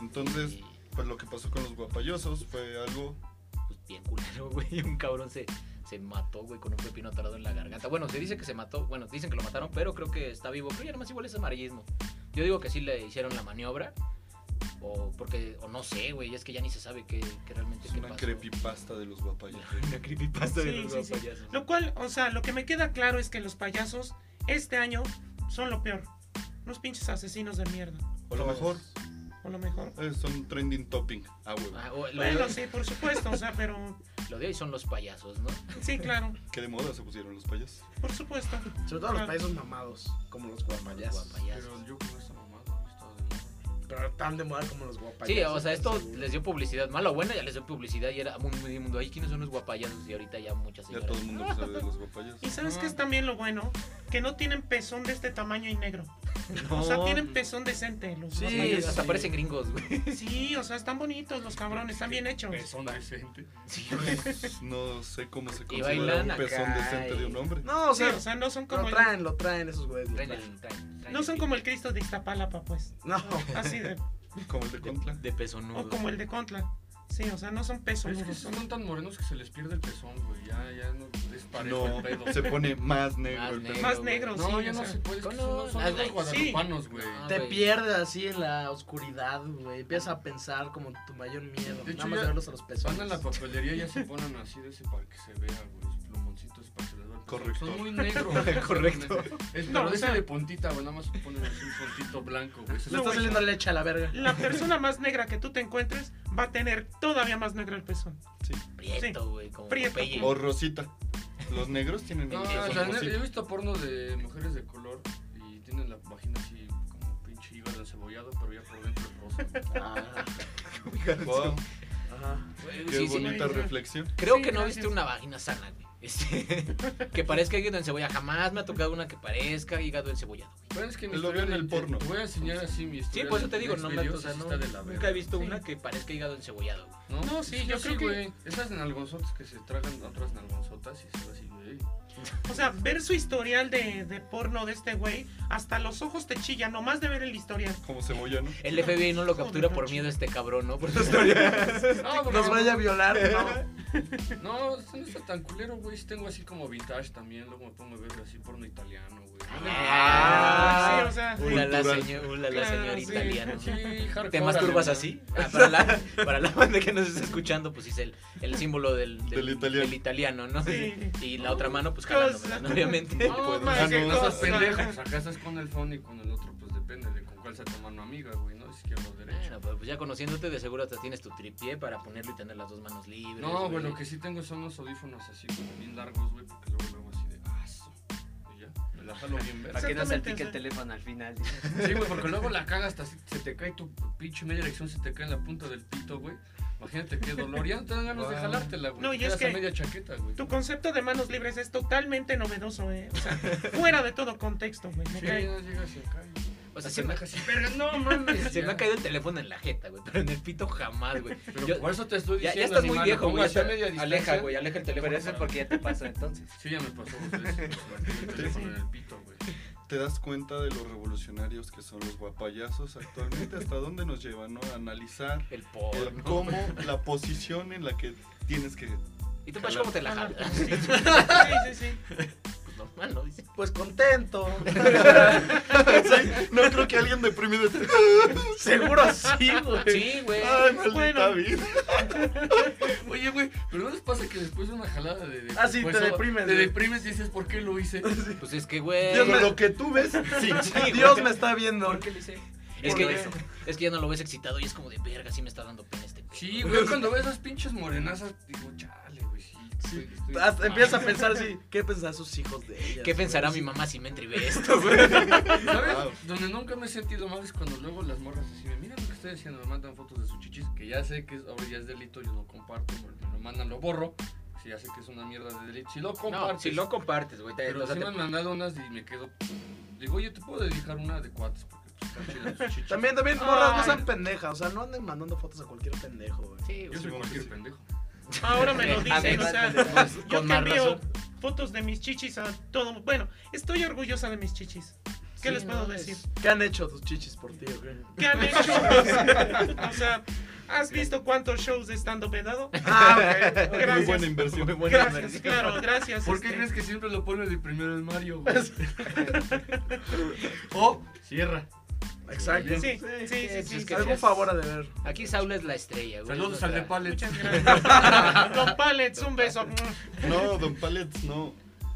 Entonces, pues lo que pasó con los guapayosos fue algo pues bien culero, güey. Un cabrón se, se mató, güey, con un pepino atorado en la garganta. Bueno, se dice que se mató, bueno, dicen que lo mataron, pero creo que está vivo. Pero ya nomás igual es amarillismo. Yo digo que sí le hicieron la maniobra. O porque, o no sé, güey, es que ya ni se sabe qué, qué realmente es qué una pasó. creepypasta de los guapayosos. Una creepypasta de Sí, los sí, sí. guapayosos. Lo cual, o sea, lo que me queda claro es que los payasos este año son lo peor. Unos pinches asesinos de mierda. O a lo mejor O lo mejor. eh, son trending topping. Ah, huevo. Ah, o- lo, Bueno, sí, por supuesto, o sea, pero lo de hoy son los payasos, ¿no? sí, claro, Qué de moda se pusieron los payasos. por supuesto. Sobre todo los Ah. payasos mamados, como los guapayasos. Los guapayasos. Pero yo con esta mamada me estaba de miedo. Pero tan de moda como los guapayasos. Sí, o sea, esto seguro. les dio publicidad. Mala o buena, ya les dio publicidad y era muy, muy mundo. Ay, ¿quiénes son los guapayasos? Y ahorita ya muchas Ya señoras. todo el mundo sabe de los guapayosos. Y sabes Ah. qué es también lo bueno, que no tienen pezón de este tamaño y negro. No. O sea, tienen pezón decente los Sí, Sí, guapayos. hasta sí. parecen gringos, güey. Sí, o sea, están bonitos los cabrones, están bien hechos. Pezón decente. No sé cómo se Y considera un bailan pezón acá, decente de un y- hombre. No, o Sí, sea, o sea, no son lo como el, traen, lo traen esos güeyes. lo Traen traen. el- traen- traen no el son pin. como el Cristo de Iztapalapa, pues. No, Así de Como el de Contla. de pezonudo. o como el de Contla. Sí, o sea, no son pesos. Pues Es que son tan morenos que se les pierde el pezón, güey. Ya, ya no les parece el No, pedo. se pone más negro Más el pelo. negro. Más negros, sí. No, ya o no sea, se puede. Es que con son, los- son ah, los sí. guadalupanos, güey. Ah, te güey. pierdes así en la oscuridad, güey. Empiezas a pensar como tu mayor miedo. De hecho, Nada más ya de verlos a los pezones. Van a la papelería y ya se ponen así de ese para que se vea, güey. Los plumoncitos para que se les vea el pezón. Correcto. Son muy negros. Correcto. Es, No, pero o de ese sea- de puntita, güey. Nada más ponen así un puntito blanco, güey. Ese Le es- está saliendo leche a la verga. La persona más negra que tú te encuentres va a tener todavía más negro el pezón. Prieto, güey. Como Prieto. Popeye. O Rosita. Los negros tienen No, un o pezón sea, yo he rosita. visto porno de mujeres de color y tienen la vagina así como pinche hígado encebollado, pero ya por dentro es rosa. güey. Ah, Wow, ajá. Güey, qué sí, sí. bonita sí. reflexión. Creo Sí, que no gracias. viste una vagina sana, güey. Este, que parezca hígado en cebolla. Jamás me ha tocado una que parezca hígado encebollado, güey. Pero es que mi Lo veo historia en el de- porno. Voy a enseñar así mi Sí, historia. por eso de te digo, no, Xvideos, me o esa sea, sí no, está de la nunca verga. he visto Sí. una que parezca hígado encebollado, güey. No, sí, yo creo que- güey. Esas nalgonzotas que se tragan otras nalgonzotas y se va así, güey. O sea, ver su historial de, de porno de este güey, hasta los ojos te chillan, nomás de ver el historial. Como cebolla, ¿no? El FBI no lo captura por miedo a este cabrón, ¿no? Por esta No, pero Nos no, vaya a violar, no. No, esto no está tan culero, güey. Si Tengo así como vintage también. Luego me pongo a ver así porno italiano, güey. Ah, sí, o sea, sí. Ula la, Cultural. señor, ula la Claro, señor sí. italiano. Sí, hardcore, ¿Te masturbas alemán. así? Ah, para, la, para la banda que nos está escuchando, pues es el, el símbolo del, Del italiano. del italiano, ¿no? Sí. Y la otra mano, pues Cosa. jalándomela, ¿no? obviamente. No puedo. No, más Ah, que no, no no. esas pendejas. pues, Acá estás con el phone y con el otro, pues depende de con cuál sea tu mano amiga, güey, ¿no? Izquierda o derecha. Bueno, pero pues ya conociéndote, de seguro hasta tienes tu tripié para ponerlo y tener las dos manos libres. No, güey, lo que sí tengo son los audífonos así como bien largos, güey, porque luego luego así de aso. Y ya, me la jalo bien verga. Sí. Para que no Exactamente, salpique sí. el teléfono al final. Sí, güey, porque luego la cagas hasta así, se te cae tu pinche media erección, se te cae en la punta del pito, güey. Imagínate qué dolor. Ya no te dan ganas de Wow. jalártela, güey. No, y Te es quedas a que media chaqueta, güey. Tu concepto de manos libres es totalmente novedoso, eh. O sea, fuera de todo contexto, güey. me Sí, cae. no llegas y acá. O sea, se me, deja así, verga, no mames. se me ya. ha caído el teléfono en la jeta, güey, pero en el pito jamás, güey. Pero Yo- por eso te estoy Ya, diciendo. ya estás muy animal, viejo, güey. póngase ya a media te- distancia. Aleja, güey, aleja el teléfono. Pero eso es porque ya te pasó entonces. Sí, ya me pasó dos veces. me metí el teléfono en el pito, güey. Te das cuenta de los revolucionarios que son los guapayazos actualmente, hasta dónde nos llevan, ¿no? A analizar El el porno. cómo, la posición en la que tienes que... ¿Y tú, Pacho, cómo te la jalas? Ah, Sí, sí, sí. Pues normal, ¿no? Dice. Pues contento. No creo que alguien deprimido esté... Seguro sí, güey. Sí, güey. ¡Ay, maldita Bueno. vida! Oye, güey, pero ¿no les pasa que después de una jalada de. de Ah, sí, te pescuezo, deprimes, Te güey. deprimes y dices, ¿por qué lo hice? Pues es que, güey. Digo, lo que tú ves, sí. güey. Dios me está viendo. Es por que, eso. es que ya no lo ves excitado y es como de verga, sí me está dando pena este pedo. Sí, güey, cuando ves esas pinches morenazas, digo, chale, güey, sí. Sí. Ah, estoy- estoy- Hasta empiezas a pensar así, ¿qué pensarán sus hijos de ella? ¿Qué pensará mi mamá si me entrevé esto, güey? ¿Sabes? Wow. Donde nunca me he sentido mal es cuando luego las morras así me miran lo que estoy haciendo, me mandan fotos de sus chichis, que ya sé que es, ahora ya es delito, yo no comparto, porque me lo mandan, lo borro. Si ya sé que es una mierda de delito, si lo compartes. No, si lo compartes, güey. te- Pero o sea, sí te- me han mandado unas y me quedo. Digo, oye, te puedo dedicar una de cuates porque pues, están chidas tus chichis. También, también, morras, no Ay. sean pendejas. O sea, no anden mandando fotos a cualquier pendejo, güey. Sí, Yo güey. soy Sí, cualquier sí. pendejo. Ahora me lo dicen, o sea, yo Con más cambio razón. fotos de mis chichis a todo. Bueno, estoy orgullosa de mis chichis. ¿Qué les puedo no, es- decir? ¿Qué han hecho tus chichis por ti, o qué? ¿Qué han hecho? o sea, ¿has visto cuántos shows de stand-up he dado? Ah, Muy Gracias. buena inversión. Muy buena Gracias, inversión. claro, gracias. ¿Por qué este, crees que siempre lo pone de primero el Mario, güey? o cierra. Exacto. Sí, sí, sí, sí, es sí, que- sí. Algún favor ha de ver. Aquí Saúl es la estrella, güey. Saludos al de Palet. Muchas gracias. Don Palets, un beso. No, don Palets, no.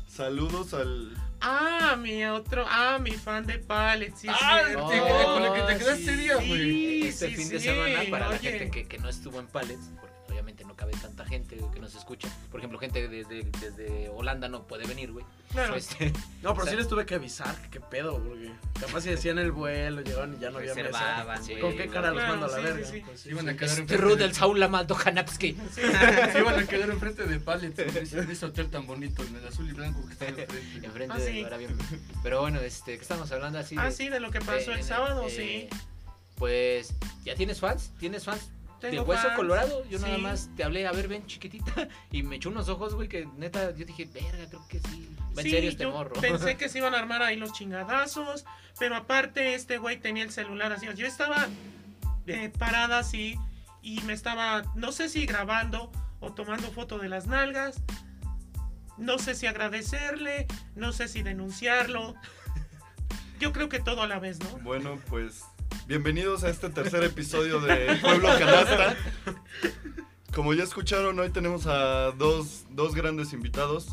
Saludos al. Ah, mi otro. Ah, mi fan de Palets. Sí, Ah, te, cierto. con el que te quedaste sí, día, güey. Sí, Este sí, fin de sí, semana, para la oye. gente que, que no estuvo en Palets, porque obviamente no cabe tanta gente que nos escucha. Por ejemplo, gente desde, desde Holanda no puede venir, güey. Claro. Este, No, pero sí les tuve que avisar, que qué pedo, porque capaz si decían el vuelo, llegaron y ya no había mesa. Reservaban, Sí, ¿Con qué cara los Claro, mando a la sí, verga? sí, sí. Pues Se iban a quedar este enfrente Ruth de- del Saúl Lamaldo Hanapski. Sí. Se iban a quedar enfrente de Pallet, en ese, en ese hotel tan bonito, en el azul y blanco que está enfrente. Enfrente Ah, de sí. ahora bien. Pero bueno, este, ¿qué estamos hablando así? Ah, de- sí, de lo que de- pasó el en sábado, sí. eh, Pues, ¿ya tienes fans? ¿Tienes fans? de Tengo hueso fans. colorado, yo nada sí. más te hablé, a ver, ven chiquitita, y me echó unos ojos, güey, que neta, yo dije, verga, creo que sí. Va en Sí, serio este yo morro. Pensé que se iban a armar ahí los chingadazos, pero aparte este güey tenía el celular así. Yo estaba eh, parada así y me estaba, no sé si grabando o tomando foto de las nalgas. No sé si agradecerle, no sé si denunciarlo. Yo creo que todo a la vez, ¿no? Bueno, pues. Bienvenidos a este tercer episodio de El Pueblo Canasta. Como ya escucharon, hoy tenemos a dos, dos grandes invitados.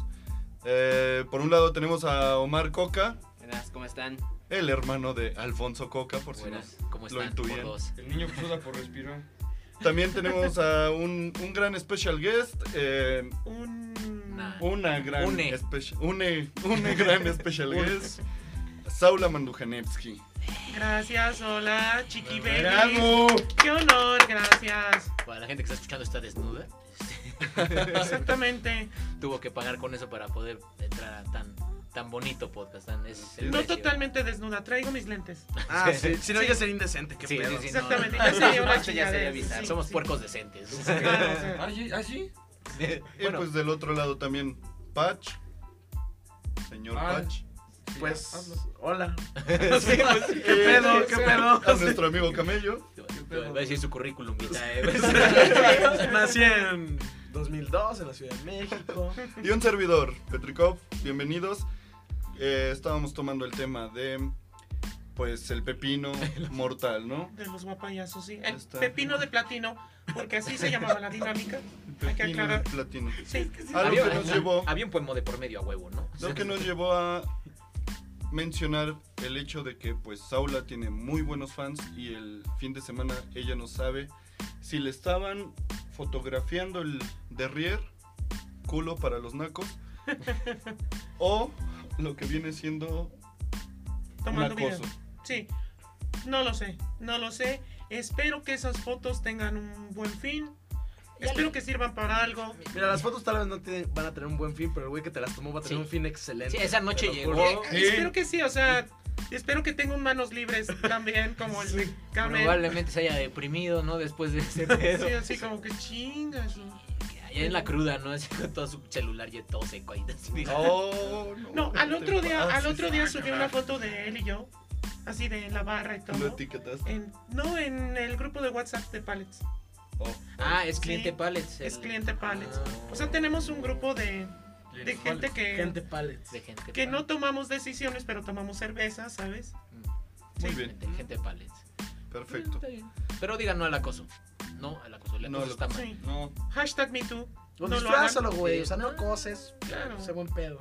Eh, por un lado tenemos a Omar Coca, Buenas, ¿cómo están? el hermano de Alfonso Coca, por si no Buenas, ¿cómo lo están? intuían. Por dos. El niño que suda por respirar. También tenemos a un, un gran special guest, eh, Un... Nah. una gran Une. espe- une, une gran special guest, Saula Mandujanevsky. Gracias, hola, chiqui baby. ¡Bravo! Qué honor, gracias. Para la gente que está escuchando está desnuda, Exactamente. tuvo que pagar con eso para poder entrar a tan, tan bonito podcast. Tan, es el No precio. totalmente desnuda, traigo mis lentes. Ah, sí. Si no, ya sería indecente, qué Sí, pedo. sí, sí, Eh, no, Exactamente, no, ya no. sería una Eso ya sería chingadera, bizarro. sí, Somos sí. puercos decentes. Claro, o sea, ¿Ah, sí? ¿Ah, sí? Y bueno, pues del otro lado también, Patch. Señor Ah, Patch. Pues, hazlo. hola. sí, pues, ¿Qué pedo? ¿Qué pedo? Eh, A nuestro amigo Camello. va a decir su currículum eh. vitae. eh, Nací en 2002 en la Ciudad de México. Y un servidor, Petrikov. Bienvenidos. Eh, estábamos tomando el tema de, pues, el pepino mortal, ¿no? De los guapayazos, sí. El Está. pepino de platino, porque así se llamaba la dinámica. El Hay que pepino aclarar. platino. Sí, Algo había, que nos llevó, había un poema de por medio a huevo, ¿no? lo que nos llevó a mencionar el hecho de que, pues, Saula tiene muy buenos fans y el fin de semana ella no sabe si le estaban fotografiando el derrier, culo para los nacos, o lo que viene siendo un tomando video. acoso. Sí, no lo sé, no lo sé. Espero que esas fotos tengan un buen fin. Espero que sirvan para algo. Mira, las fotos tal vez no tienen- van a tener un buen fin, pero el güey que te las tomó va a tener Sí. un fin excelente. Sí, esa noche te lo llegó. juro. Sí. Espero que sí, o sea, espero que tengan manos libres también, como el de Camel. Probablemente se haya deprimido, ¿no? Después de ese pedo. Sí, así como que chingas. ¿no? Allá en la cruda, ¿no? Así con todo su celular y todo seco ahí. así. Oh, No, No, al te otro día, al pases. otro día subí una foto de él y yo, así de en la barra y Lo todo. etiquetaste. En- no, en el grupo de WhatsApp de Palets. Oh. Ah, es cliente Sí, Palets. Es el- cliente Palets. Ah. O sea, tenemos un grupo de, de gente que, Gente palets. De gente que no Palets. tomamos decisiones, pero tomamos cerveza, ¿sabes? Muy Sí. bien, Gente- Gente Palets. perfecto. Está bien. Pero digan no al acoso. No al acoso. El No acoso al está mal. Sí. No, Hashtag MeToo. Lo No lo disfrázalo, güey. Sí. O sea, no coses. Claro. Sé buen pedo.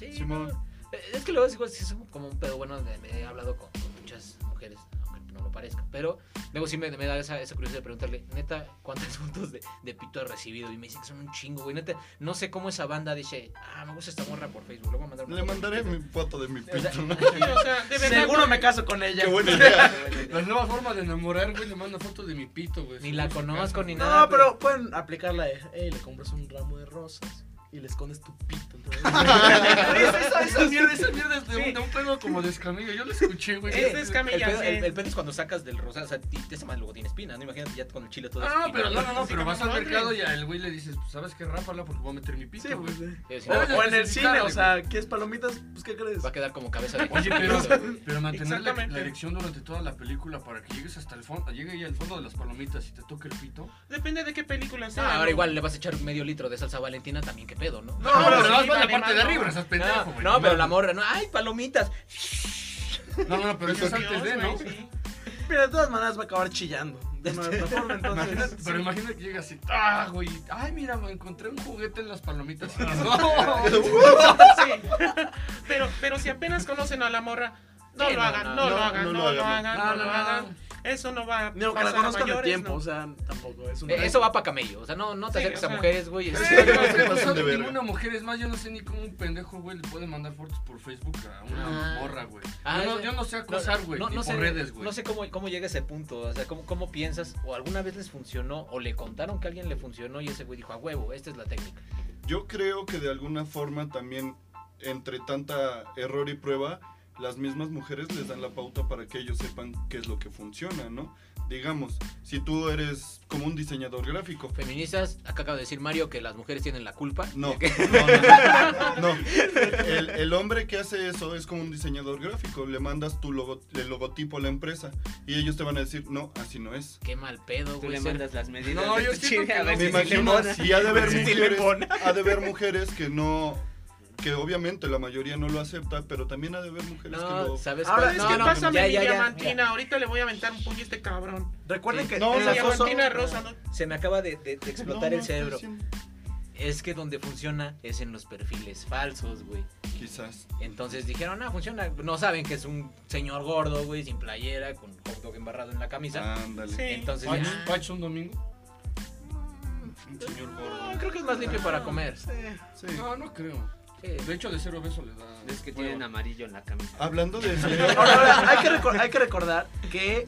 Sí, Simón. no. Eh, Es que luego es igual, sí es un- como un pedo. Bueno, me- me he hablado con, con muchas mujeres, aunque no lo parezca. Pero luego sí me, me da esa, esa curiosidad de preguntarle, neta, ¿cuántas fotos de, de pito has recibido? Y me dice que son un chingo, güey. Neta, no sé cómo esa banda dice, ah, me gusta esta morra por Facebook. Le voy a mandar una le foto". mandaré mi foto de mi pito. ¿no? Sí, o sea, de verdad. Seguro me caso con ella. Qué buena idea. La nueva forma de enamorar, güey, le manda fotos de mi pito, güey. Ni la Seguro su conozco casa. ni No, nada. pero pueden aplicarla de, hey, le compras un ramo de rosas. y le escondes tu pito. Esa, esa, esa mierda, esa mierda es de, un, de un pedo como de escamillo. Yo lo escuché, güey. Eh, es el, camilla, pedo, sí. el- el pedo es cuando sacas del rosado. O sea, ti- esa madre luego tiene espinas, ¿no? Imagínate ya con el chile todo Ah, pero no, espinado. no, no, pero vas al Madre. mercado y al güey le dices, pues, ¿sabes qué? Ráfala porque voy a meter mi pito, Sí, güey. pues, eh. Sí, sí, o, no, o en el cine, o Especificarle, sea, ¿quieres palomitas? Pues, ¿qué crees? va a quedar como cabeza de Oye, pero, pero mantener la, Exactamente. la erección durante toda la película para que llegues hasta el fondo, llegue ahí al fondo de las palomitas y te toque el pito. Depende de qué película No, Ah, sea. Ah, ahora ¿no? igual le vas a echar medio litro de salsa valentina también, qué pedo, ¿no? No, pero sí, pero no, vas a vale, la parte de mano. arriba, estás pendejo, No, güey. no, pero la morra, no, ay, palomitas. No, no, no, pero eso es Dios, antes de, ¿no? güey, sí. Pero de todas maneras va a acabar chillando. De nuestra forma, entonces. Imagínate- Pero imagínate que llegas así, ah, güey, ay, mira, me encontré un juguete en las palomitas. No. Sí. Pero, pero si apenas conocen a la morra, no Sí, lo no, hagan, no, no, no, lo hagan, no no, lo lo hagan, hagan, no, lo hagan. Eso no va a Ni aunque la pasar a conozcan de mayores, tiempo, no. o sea, tampoco. Es un Eh, Eso va para camello, o sea, no, no te Sí, acerques o a sea, mujeres, güey. Es es- que no sí, se sí, de pasó de verga. ninguna mujer. Es más, yo no sé ni cómo un pendejo, güey, le puede mandar fotos por Facebook a una Ah. morra, güey. Ah, yo, no, ya. yo no sé acosar, güey, ni por sé, redes, güey. No sé cómo, cómo llega ese punto, o sea, cómo, cómo piensas, o alguna vez les funcionó, o le contaron que a alguien le funcionó y ese güey dijo, a huevo, esta es la técnica. Yo creo que de alguna forma también, entre tanta error y prueba, las mismas mujeres les dan la pauta para que ellos sepan qué es lo que funciona, ¿no? Digamos, si tú eres como un diseñador gráfico. Feministas, acá acaba de decir Mario que las mujeres tienen la culpa. No, no, no, no. El, el hombre que hace eso es como un diseñador gráfico. Le mandas tu logo- el logotipo a la empresa y ellos te van a decir, no, así no es. Qué mal pedo, Tú güey. le ser- mandas las medidas. No, de yo tu siento chile, que a no. ver Me si se imagino, mona. sí, ha de haber Sí le mujeres, pone. ha de haber mujeres que no, que obviamente la mayoría no lo acepta, pero también ha de haber mujeres que No, lo... ¿sabes Ahora cuál? es no, que no, Pues Pásame ya, mi ya, ya, diamantina, mira. ahorita le voy a aventar un puño a este cabrón. Recuerden que No, el Mi no, acoso- diamantina rosa, ¿no? Se me acaba de, de- de No, explotar no el estoy cerebro. diciendo- Es que donde funciona es en los perfiles falsos, güey. Quizás. Entonces dijeron, ah, funciona. No saben que es un señor gordo, güey, sin playera, con hot dog embarrado en la Ah. camisa. Ándale. Sí. Entonces, Pach, ah, Pach un domingo. Un señor no, gordo. creo que es más limpio para comer. Sí. No, no creo. Sí. De hecho, de cero beso le da. Es que hueva. tienen amarillo en la camisa. Hablando de Ahora, señor... ahora, hay, que recor- hay que recordar que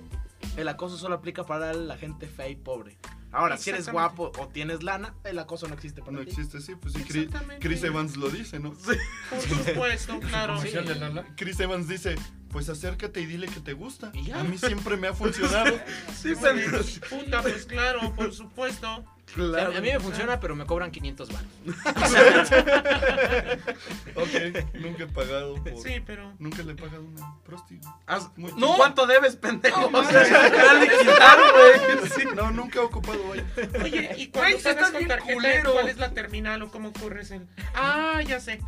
el acoso solo aplica para la gente fea y pobre. Ahora, si eres Exactamente. guapo o tienes lana, el acoso no existe para No ti. existe, sí, pues sí, Chris, Exactamente. Chris Evans lo dice, ¿no? Por supuesto, claro. Comercial de Lala. Chris Evans dice, pues acércate y dile que te gusta. Y ya. A mí siempre me ha funcionado. Sí, Bueno, Puta, pues claro, por supuesto. O sea, claro. a mí me funciona, pero me cobran 500 baros. Ok, nunca he pagado por... Sí, pero. Nunca le he pagado una prostituta. Haz- Muy ¿No? ¿Cuánto debes, pendejo? No, O sea, te van a liquidar, güey. Sí. No, nunca he ocupado vaya. Oye, ¿y Güey, cuando si pagas estás con bien tarjeta, culero. cuál es la terminal o cómo corres el.? Ah, ya sé.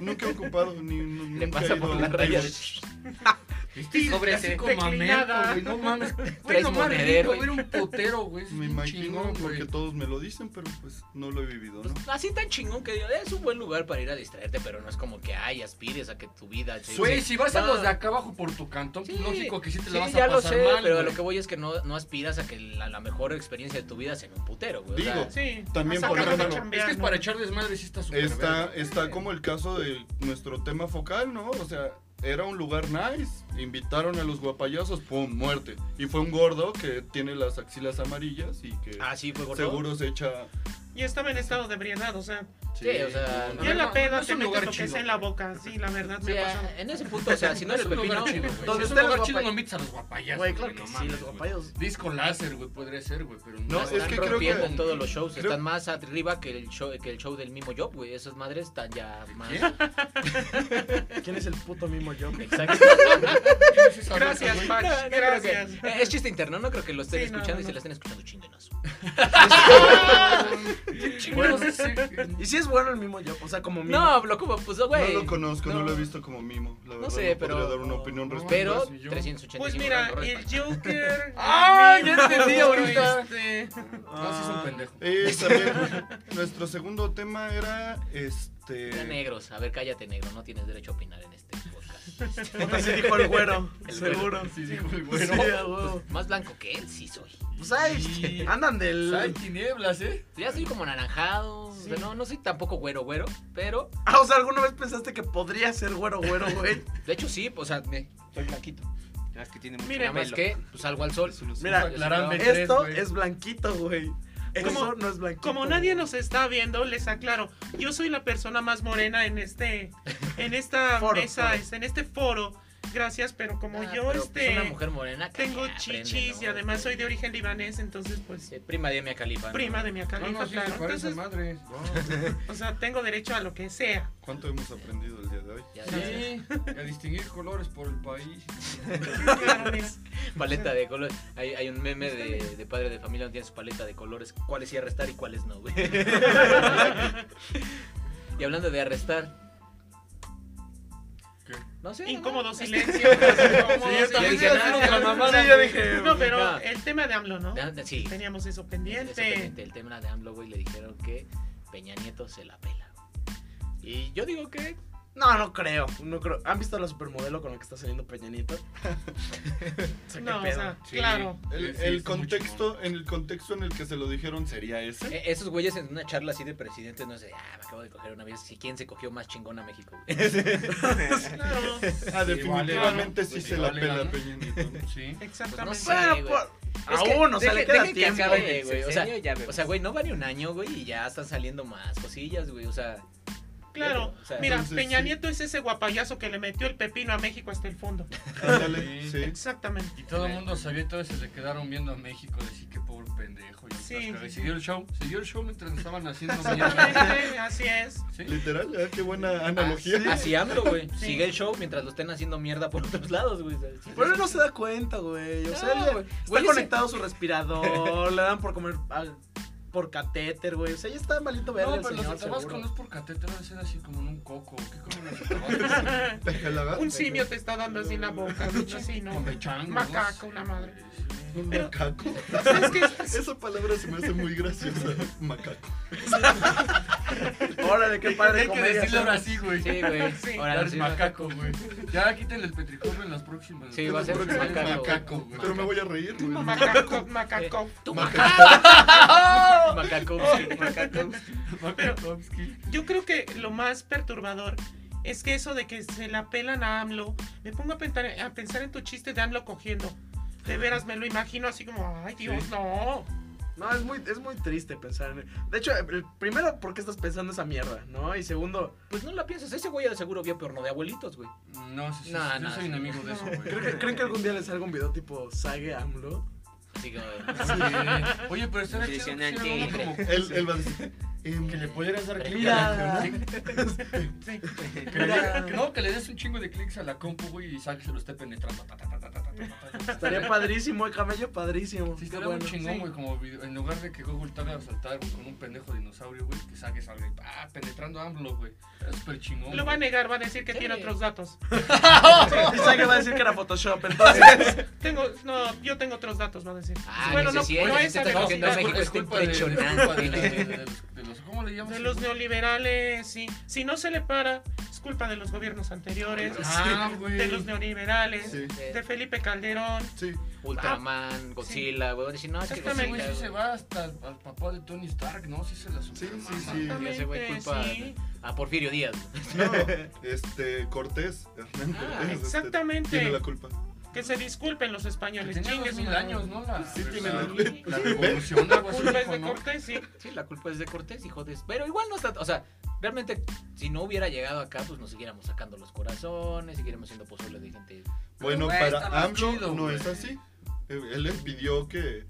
Nunca he ocupado ni nu- Le nunca pasa he ido por a la un raya table. de... Viste, Sobre así ese. como Declinada. mamerto, güey. No mames. Güey, Traes no mames, monedero, rico, era un potero, güey. es Me un imagino chingón, porque güey. todos me lo dicen, pero pues no lo he vivido, ¿no? Pues, así tan chingón que digo, es un buen lugar para ir a distraerte, pero no es como que, ay, aspires a que tu vida... se- Güey, si vas a No. los de acá abajo por tu cantón, Sí, lógico que sí te sí, la vas ya a lo pasar sé, mal, pero a güey. lo que voy es que no, no aspiras a que la, la mejor experiencia de tu vida sea en un putero, güey. o sea, Digo, Sí. También Vas por acabando ejemplo, de Es chambear, que es ¿no? para echar desmadre, sí está súper. Está, verga. está como el caso de nuestro tema focal, ¿no? O sea, era un lugar nice, invitaron a los guapayazos, pum, muerte. Y fue un gordo que tiene las axilas amarillas y que ah, sí, fue gordo. seguro se echa... Y estaba en estado de ebriedad, o sea. Sí, o sea, no, Ya no, en la no, peda no es te un metes lugar lo que chido. sea en la boca. Sí, la verdad, Sí, me pasó. ah, en ese punto, o sea, si no eres es un pepino, lugar chido, güey. Si Donde es estén un los lugar chido, guapay- no invites a los guapayazos. Güey, claro no que sí, mames, los güey. guapayos. Disco láser, güey, podría ser, güey, pero No, no. es es que que creo que- rompiendo en todos los shows, creo- están más arriba que el show, que el show del mismo Job, güey. Esas madres están ya más. ¿Quién? ¿Quién es el puto mimo yo? Exacto. Gracias, Pach. No, no creo que- Gracias. eh, es chiste interno, no creo que lo estén Sí, no, escuchando no, y se no. la estén escuchando chinguenazo. Bueno, ¿Y si es bueno el mimo yo? O sea, como mimo. No, lo como, pues, güey. no lo conozco, no. no. lo he visto como mimo. La verdad, no sé, pero- podría dar una opinión no, respecto. Pero Pues, yo- 385. Pues mira, Rango el Respa. Joker. ¡Ah, el ya mismo, entendí ahorita! este, No, sí es un pendejo. Eh, también, nuestro segundo tema era este... Mira, negros, a ver, cállate, negro. No tienes derecho a opinar en este podcast. Así dijo el güero. El güero. seguro. Pues Sí, dijo el Sí, güero. a huevo. Más blanco que él, sí soy. Pues ay, Sí. Pues andan Hay del. tinieblas, ¿eh? Ya soy como naranjado. o sea, no, no soy tampoco güero, güero. Pero, Ah, o sea, ¿alguna vez pensaste que podría ser güero, güero, güey? de hecho, sí, pues, o sea, me, soy blanquito. Ah, Es que tiene mucho Mira, Nada más pelo. que pues, salgo al sol. Eso no es- Mira, Aclarando. esto Tres, güey. es blanquito, güey. Eso no es blanquito. Como nadie nos está viendo, les aclaro, yo soy la persona más morena en este, en esta Foro, mesa, foro. este, en este foro. Gracias, pero como Ah, yo pero, pues, este, una mujer morena. que tengo aprende, chichis ¿no? y además soy de origen libanés, entonces pues Eh, Prima de Mia Khalifa. ¿no? prima de mi No, califa, no, sí, claro. se parece Entonces, madre. o sea, tengo derecho a lo que sea. ¿Cuánto hemos aprendido el día de hoy? Ya, ya. Sí, a distinguir colores por el país. Claro, mira. Paleta de colores. Hay, hay un meme de, de padre de familia donde tiene su paleta de colores. ¿Cuáles sí arrestar y cuáles no, güey? y hablando de arrestar. ¿Qué? No sé. Incómodo nomás. silencio. incómodo yo también silencio. iba a decir otra mamada, Sí, yo güey. dije, No, pero Ya. el tema de AMLO, ¿no? Ya, Sí. Teníamos eso Ese pendiente. pendiente, El tema de AMLO, güey, le dijeron que Peña Nieto se la pela. Y yo digo que No, no creo. No creo. ¿Han visto la supermodelo con la que está saliendo Peña Nieto? O sea, ¿qué No, o pedo? sea, Sí. claro. Sí, El, sí, el está muy contexto, en el contexto en el que se lo dijeron sería ese. Eh, Esos güeyes en una charla así de presidentes, no sé, ah, me acabo de coger una vez. Si quién se cogió más chingón a México, güey. Claro, Ah, Sí, definitivamente vale, sí pues, se sí, la vale, pela gana. Peña Nieto. Sí. exactamente. Sí, Bueno, güey. por- Es que aún, o sea, le dejen- queda dejen que tiempo. acabe güey, el güey, o sea, sexenio y ya vemos. O sea, güey, no va ni un año, güey, y ya están saliendo más cosillas, güey. O sea, Claro, O sea, mira, entonces, Peña sí. Nieto es ese guapayazo que le metió el pepino a México hasta el fondo. Ándale, Sí. sí. Exactamente. Y todo el mundo sabía y todos se le quedaron viendo a México. Decir que pobre pendejo. Y Sí, otras cosas. sí, Y sí. siguió el show. Siguió el show mientras estaban haciendo mierda. Exactamente, así es. Sí. Literal, ah, qué buena analogía. así AMLO, güey. Sí. Sigue el show mientras lo estén haciendo mierda por otros lados, güey. o sea, sí, Pero sí. él no se da cuenta, güey. O sea, No, él- güey. está Güey, ese- conectado a su respirador, le dan por comer al- por catéter, güey. O sea, ya está malito verga No, el pero los de señor, Tabasco seguro. no es por catéter, debe ser así como en un coco. ¿Qué comen los de Tabasco? Te jalabas. Un simio te está dando así en la boca, así, ¿no? Con bechango. Macaco, una madre. Un Pero- macaco. ¿Sabes qué? Esa palabra se me hace muy graciosa. Macaco. Órale, qué padre Hay que comedia. decirlo ahora sí, güey. Sí, güey. Sí. Ahora, Ahora es sí, macaco, güey. Ya quítenle el petricornio en las próximas. Sí, va a ser Creo que es macaco, macaco, güey. Pero me voy a reír, güey. Macaco, macaco. Tú, Macaco. Macaco, macaco. Makakovsky. Yo creo que lo más perturbador es que eso de que se la pelan a AMLO, me pongo a pensar, a pensar en tu chiste de AMLO cogiendo. De veras me lo imagino así como, ay Dios, Sí. no. No, es muy, es muy triste pensar en él. De hecho, el- primero, ¿por qué estás pensando esa mierda? ¿No? Y segundo, Pues no la piensas, ese güey de seguro vio porno de abuelitos, güey. No, sí, sí, No, yo no, soy sí. enemigo de eso, güey. ¿creen que, creen que algún día les salga un video tipo Sage AMLO? Así que. ah, Sí. Oye, pero estaría chido que Impresionante. hicieran uno como Él, él va a decir. em, que le pudieras dar clic Mira. a la compu, Sí. ¿no? Que le- que no, que le des un chingo de clics a la compu, güey, y Zack se lo esté penetrando. Ta, ta, ta, ta, ta, ta, ta, ta. Estaría padrísimo, el camello padrísimo. Sí, Qué estaría bueno. un chingón, Sí. güey, como video- en lugar de que Google te haga saltar güey, con un pendejo dinosaurio, güey, que saque salga y ah, penetrando a AMLO, güey. Es súper chingón. Lo va a güey. negar, va a decir que Sí. tiene otros datos. Y Sage va a decir que era Photoshop, entonces. Tengo, no, yo tengo otros datos, va a decir. Ah, bueno, sí, no, sí, no sí, es sí, estás cogiendo a México, velocidad. Es está culpa de- es culpa de- de- de- de impresionante. los- de los- ¿Cómo le llamas? De los neoliberales, sí. Si no se le para, es culpa de los gobiernos anteriores, Ah, güey. de los neoliberales, Sí, de Felipe Calderón. sí. Ultraman, Godzilla, güey. Dicen, no, es que Exactamente, güey, Godzilla. sí se güey. va hasta al, al papá de Tony Stark, ¿no? Sí se la Sí, supermama. sí, sí. Y ese güey culpa Sí. a Ah, Porfirio Díaz. güey. No, este, Cortés, Hernán Ah, Cortés. este, exactamente. tiene la culpa. Que se disculpen los Que españoles. tenía chingue su 2000 madre. años, ¿no? La, Sí, la- tiene la, la culpa. la revolución, La algo así. culpa es de dijo, ¿no? Cortés, sí. Sí, la culpa es de Cortés, hijo de. Pero igual no está. O sea, realmente, si no hubiera llegado acá, pues nos siguiéramos sacando los corazones, siguiéramos siendo posibles de gente. Bueno, güey, está para más AMLO chido, no güey. es así. Eh, Él les pidió que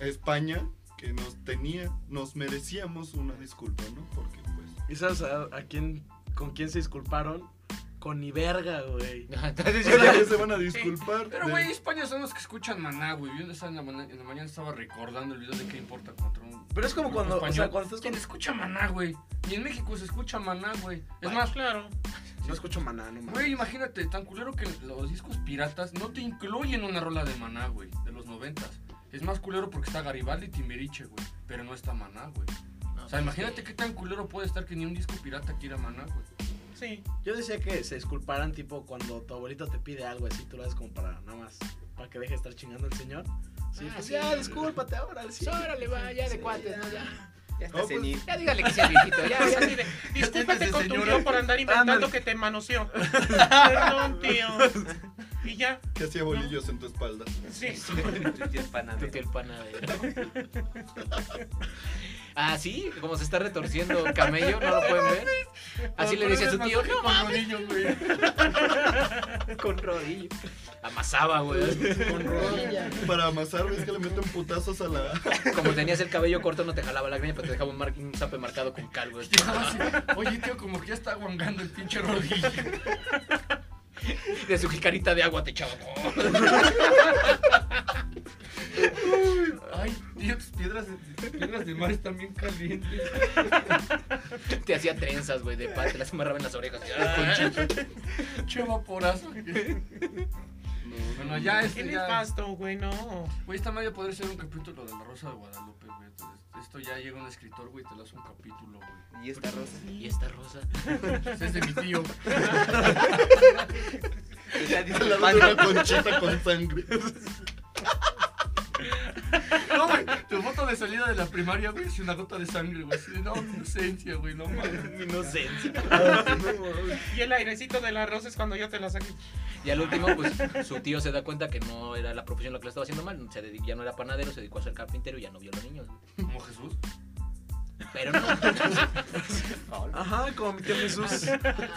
España, que nos tenía, nos merecíamos una disculpa, ¿no? Porque, pues, ¿Y sabes a, a quién, con quién se disculparon? Con ni verga, güey. Entonces, yo ¿Por la- qué se van a disculpar? Pero, de- güey, España son los que escuchan maná, güey. Yo en, esa- en la mañana, en la mañana estaba recordando el video de qué importa contra un. Pero es como grupo cuando, o español. sea, cuando estás ¿Quién con... escucha maná, güey? Y en México se escucha maná, güey. Es Más más, claro. No escucho maná, no mames. güey, imagínate, tan culero que los discos piratas no te incluyen una rola de maná, güey, de los noventas. Es más culero porque está Garibaldi y Timbiriche, güey. Pero no está maná, güey. No, O sea, pues, imagínate eh, qué tan culero puede estar que ni un disco pirata quiera maná, güey. Sí. Yo decía que se disculparan tipo cuando tu abuelito te pide algo así, tú lo haces como para nada más, para que deje de estar chingando al señor. Sí, Ah, pues sí. ya, discúlpate ahora, sí. Órale, va, ya de Sí, cuates, ya. ¿no? Ya. Ya está No, pues, senil. Ya dígale que sea viejito, ya, ya. Así de, discúlpate de con tu señora. tío por andar inventando Ándale. que te manoseó. Perdón, tío. Y ya. Que hacía bolillos en tu espalda. Sí, sí. Tu tío es Tu panadero. tío el panadero. Ah, sí, como se está retorciendo camello, no lo pueden ver. Así le dice a su tío, no mames, con rodillo. Amasaba, güey. Con rodilla. Para amasar, ves que le meten putazos a la. Como tenías el cabello corto, no te jalaba la greña, pero te dejaba un, mar- un zape marcado con cal, güey. Oye, tío, como que ya está guangando el pinche rodillo. De su jicarita de agua te echaba. Ay, tío, tus piedras, tus piedras de mar están bien calientes. Te hacía trenzas, güey, de paz, te las amarraba en las orejas. Ah, Che vaporazo. Bueno, ya Qué este ya. nefasto, güey, no. Güey, esta madre podría ser un capítulo de La Rosa de Guadalupe, güey. Entonces, Esto ya llega un escritor, güey, y te lo hace un capítulo, güey. Y esta rosa. Y esta rosa. Ese es de mi tío. Ya a dice la lado de el pan. una conchita con sangre. No, güey, tu foto de salida de la primaria, güey, es una gota de sangre, güey. Así de, no, mi inocencia, güey, no mames. Inocencia. Y el airecito de la rosa es cuando yo te la saqué. Y al último, pues su tío se da cuenta que no era la profesión la que le estaba haciendo mal. Se dedi- ya no era panadero, se dedicó a ser carpintero y ya no vio a los niños. güey. Como Jesús. Pero no. Ajá, como mi tío Jesús.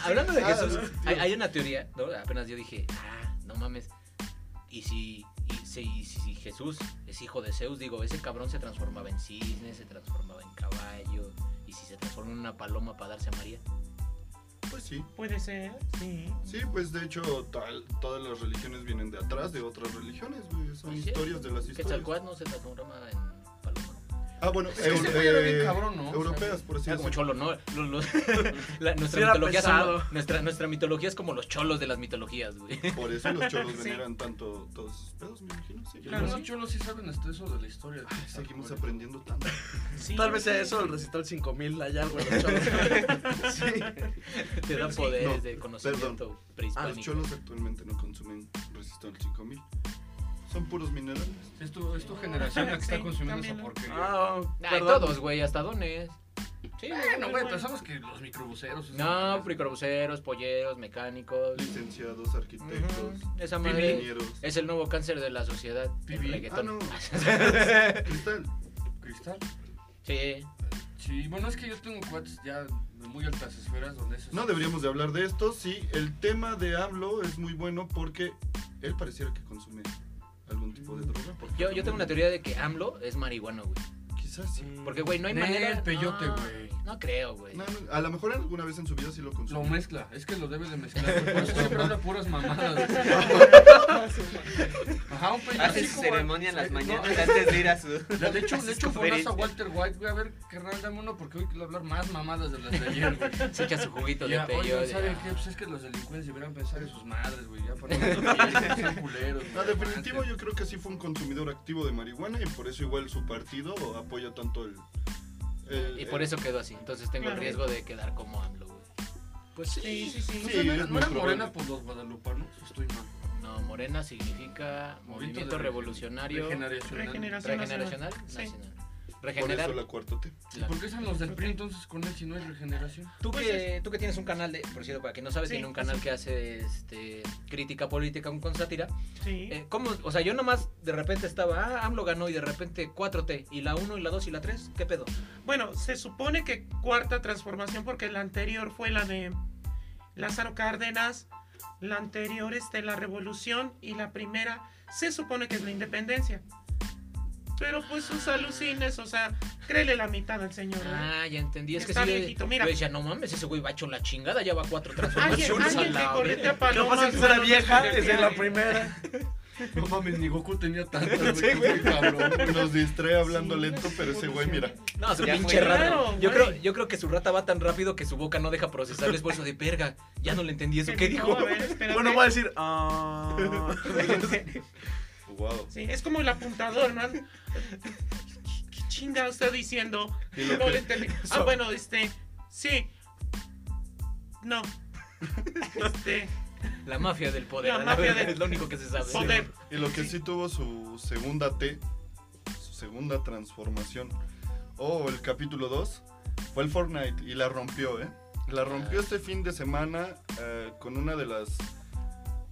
Hablando de Ah, Jesús, los tíos. hay, hay una teoría, ¿no? Apenas yo dije, ah, no mames. Y si, y si, y si- si Jesús es hijo de Zeus, digo, ese cabrón se transformaba en cisne, se transformaba en caballo. Y si se transforma en una paloma para darse a María. Pues sí. Puede ser, sí. Sí, pues de hecho, tal- todas las religiones vienen de atrás de otras religiones, güey. Son Pues sí. historias de las historias. Quetzalcóatl no se transforma en paloma. Ah, bueno, eh, Es que ese güey era bien cabrón, ¿no? europeas, por así Era como decirlo. cholo, ¿no? Los- los- la- Sí, nuestra, era mitología son- pesado. nuestra, nuestra mitología es como los cholos de las mitologías, güey. Por eso los cholos Sí. veneran tanto todos esos pedos, me imagino. Sí, Yo Claro. Ah, creo que los cholos sí saben hasta eso de la historia. Ay, Seguimos aprendiendo tanto. sí. Tal vez sea eso el recital 5000 allá, güey. los chavos. Sí. Te da Sí. poderes No, Ah, de conocimiento Los prehispánico. cholos actualmente no consumen resistol 5000. Son puros minerales. Es tu, es tu generación la que está Sí, consumiendo también, esa ¿no? porquería. Ah, Ay, perdón. todos, güey, hasta dones. Sí, Bueno, pues güey, pues Bueno. pensamos que los microbuseros. No, microbuseros, polleros, mecánicos. Licenciados, arquitectos, Ujú, Esa madre ingenieros. es el nuevo cáncer de la sociedad. El Pibi. reggaetón. Ah, no. Cristal. Cristal. Sí. Sí, bueno, es que yo tengo cuates ya de muy altas esferas donde eso. No deberíamos de hablar de esto. Sí, el tema de AMLO es muy bueno porque él pareciera que consume algún tipo de droga. porque Yo, yo también- tengo una teoría Mm. de que AMLO es marihuano, güey. Quizás sí. Porque, güey, no hay Nel, manera. peyote, No, güey. No creo, güey. No, no, a lo mejor alguna vez en su vida sí lo Lo consumió. mezcla, es que lo debe de mezclar. güey, Por eso siempre habla puras mamadas. güey. Ajá, un peyote. Hace así su como- ceremonia en las No, mañanas antes de ir a su. Le de hecho, Hace le echo porras a su conferencia. Walter White, güey. A ver, carnal, dame uno porque hoy quiero hablar más mamadas de las de ayer, güey. Se echa su juguito de Ya, oigan, peyote. ¿saben qué? Pues es que los delincuentes deberían pensar en sus madres, güey. Ya para no son culeros. No, güey, definitivo aguanten. yo creo que sí fue un consumidor activo de marihuana y por eso igual su partido apoya tanto el... el- Y por el- eso quedó así. Entonces tengo el Claro. riesgo de quedar como AMLO, güey. Pues Sí, sí, sí. No, Sí, sé, no era- es no muy era probable. morena por los guadalupanos. Estoy mal. No, Morena significa Movimiento Movimiento de- Revolucionario Regeneracional. Regeneración. Regeneracional Sí. Nacional. Por Regenerar. eso la cuarta T. ¿Y por qué son los del PRI entonces con él si no hay regeneración? Tú Pues que, tú que tienes un canal de, por cierto, para quien no sabe, Sí, tiene un sí, canal sí. que hace este, crítica política con sátira. Sí. Eh, ¿Cómo? O sea, yo nomás de repente estaba, ah, AMLO ganó y de repente 4T, y la 1 y la 2 y la 3, ¿qué pedo? Bueno, se supone que cuarta transformación, porque la anterior fue la de Lázaro Cárdenas, la anterior es de la revolución y la primera se supone que es la independencia. Pero pues sus alucines, o sea, créele la mitad al señor. ¿eh? Ah, ya entendí, es que Está sí, viejito, mira. Yo decía, no mames, ese güey va hecho la chingada, ya va cuatro Alguien, transformaciones a alguien que la correte a verga. Lo que palomas. pasa es que era no pues, vieja nos desde la conviene. primera. No mames, ni Goku tenía tantas, güey. que soy cabrón. Nos distrae hablando Sí, lento, sí, pero ese güey, mira. No, su Ya pinche fue. rata. Claro, yo, creo, güey. yo creo que su rata va tan rápido que su boca no deja procesar el esfuerzo de verga. Ya no le entendí eso. ¿Qué No, dijo? a ver, espérate. Bueno, voy a decir. ah. Wow. Sí, es como el apuntador, ¿no? ¿Qué qué chinga está diciendo? Y lo No que- le entendí. Ah, bueno, este. Sí. No. Este. La mafia del poder. La a mafia verga, del Es lo único que se sabe. Poder. Y lo que sí tuvo su segunda T, su segunda transformación, o el capítulo 2, fue el Fortnite Ah. y la rompió, ¿eh? La rompió este fin de semana eh, con una de las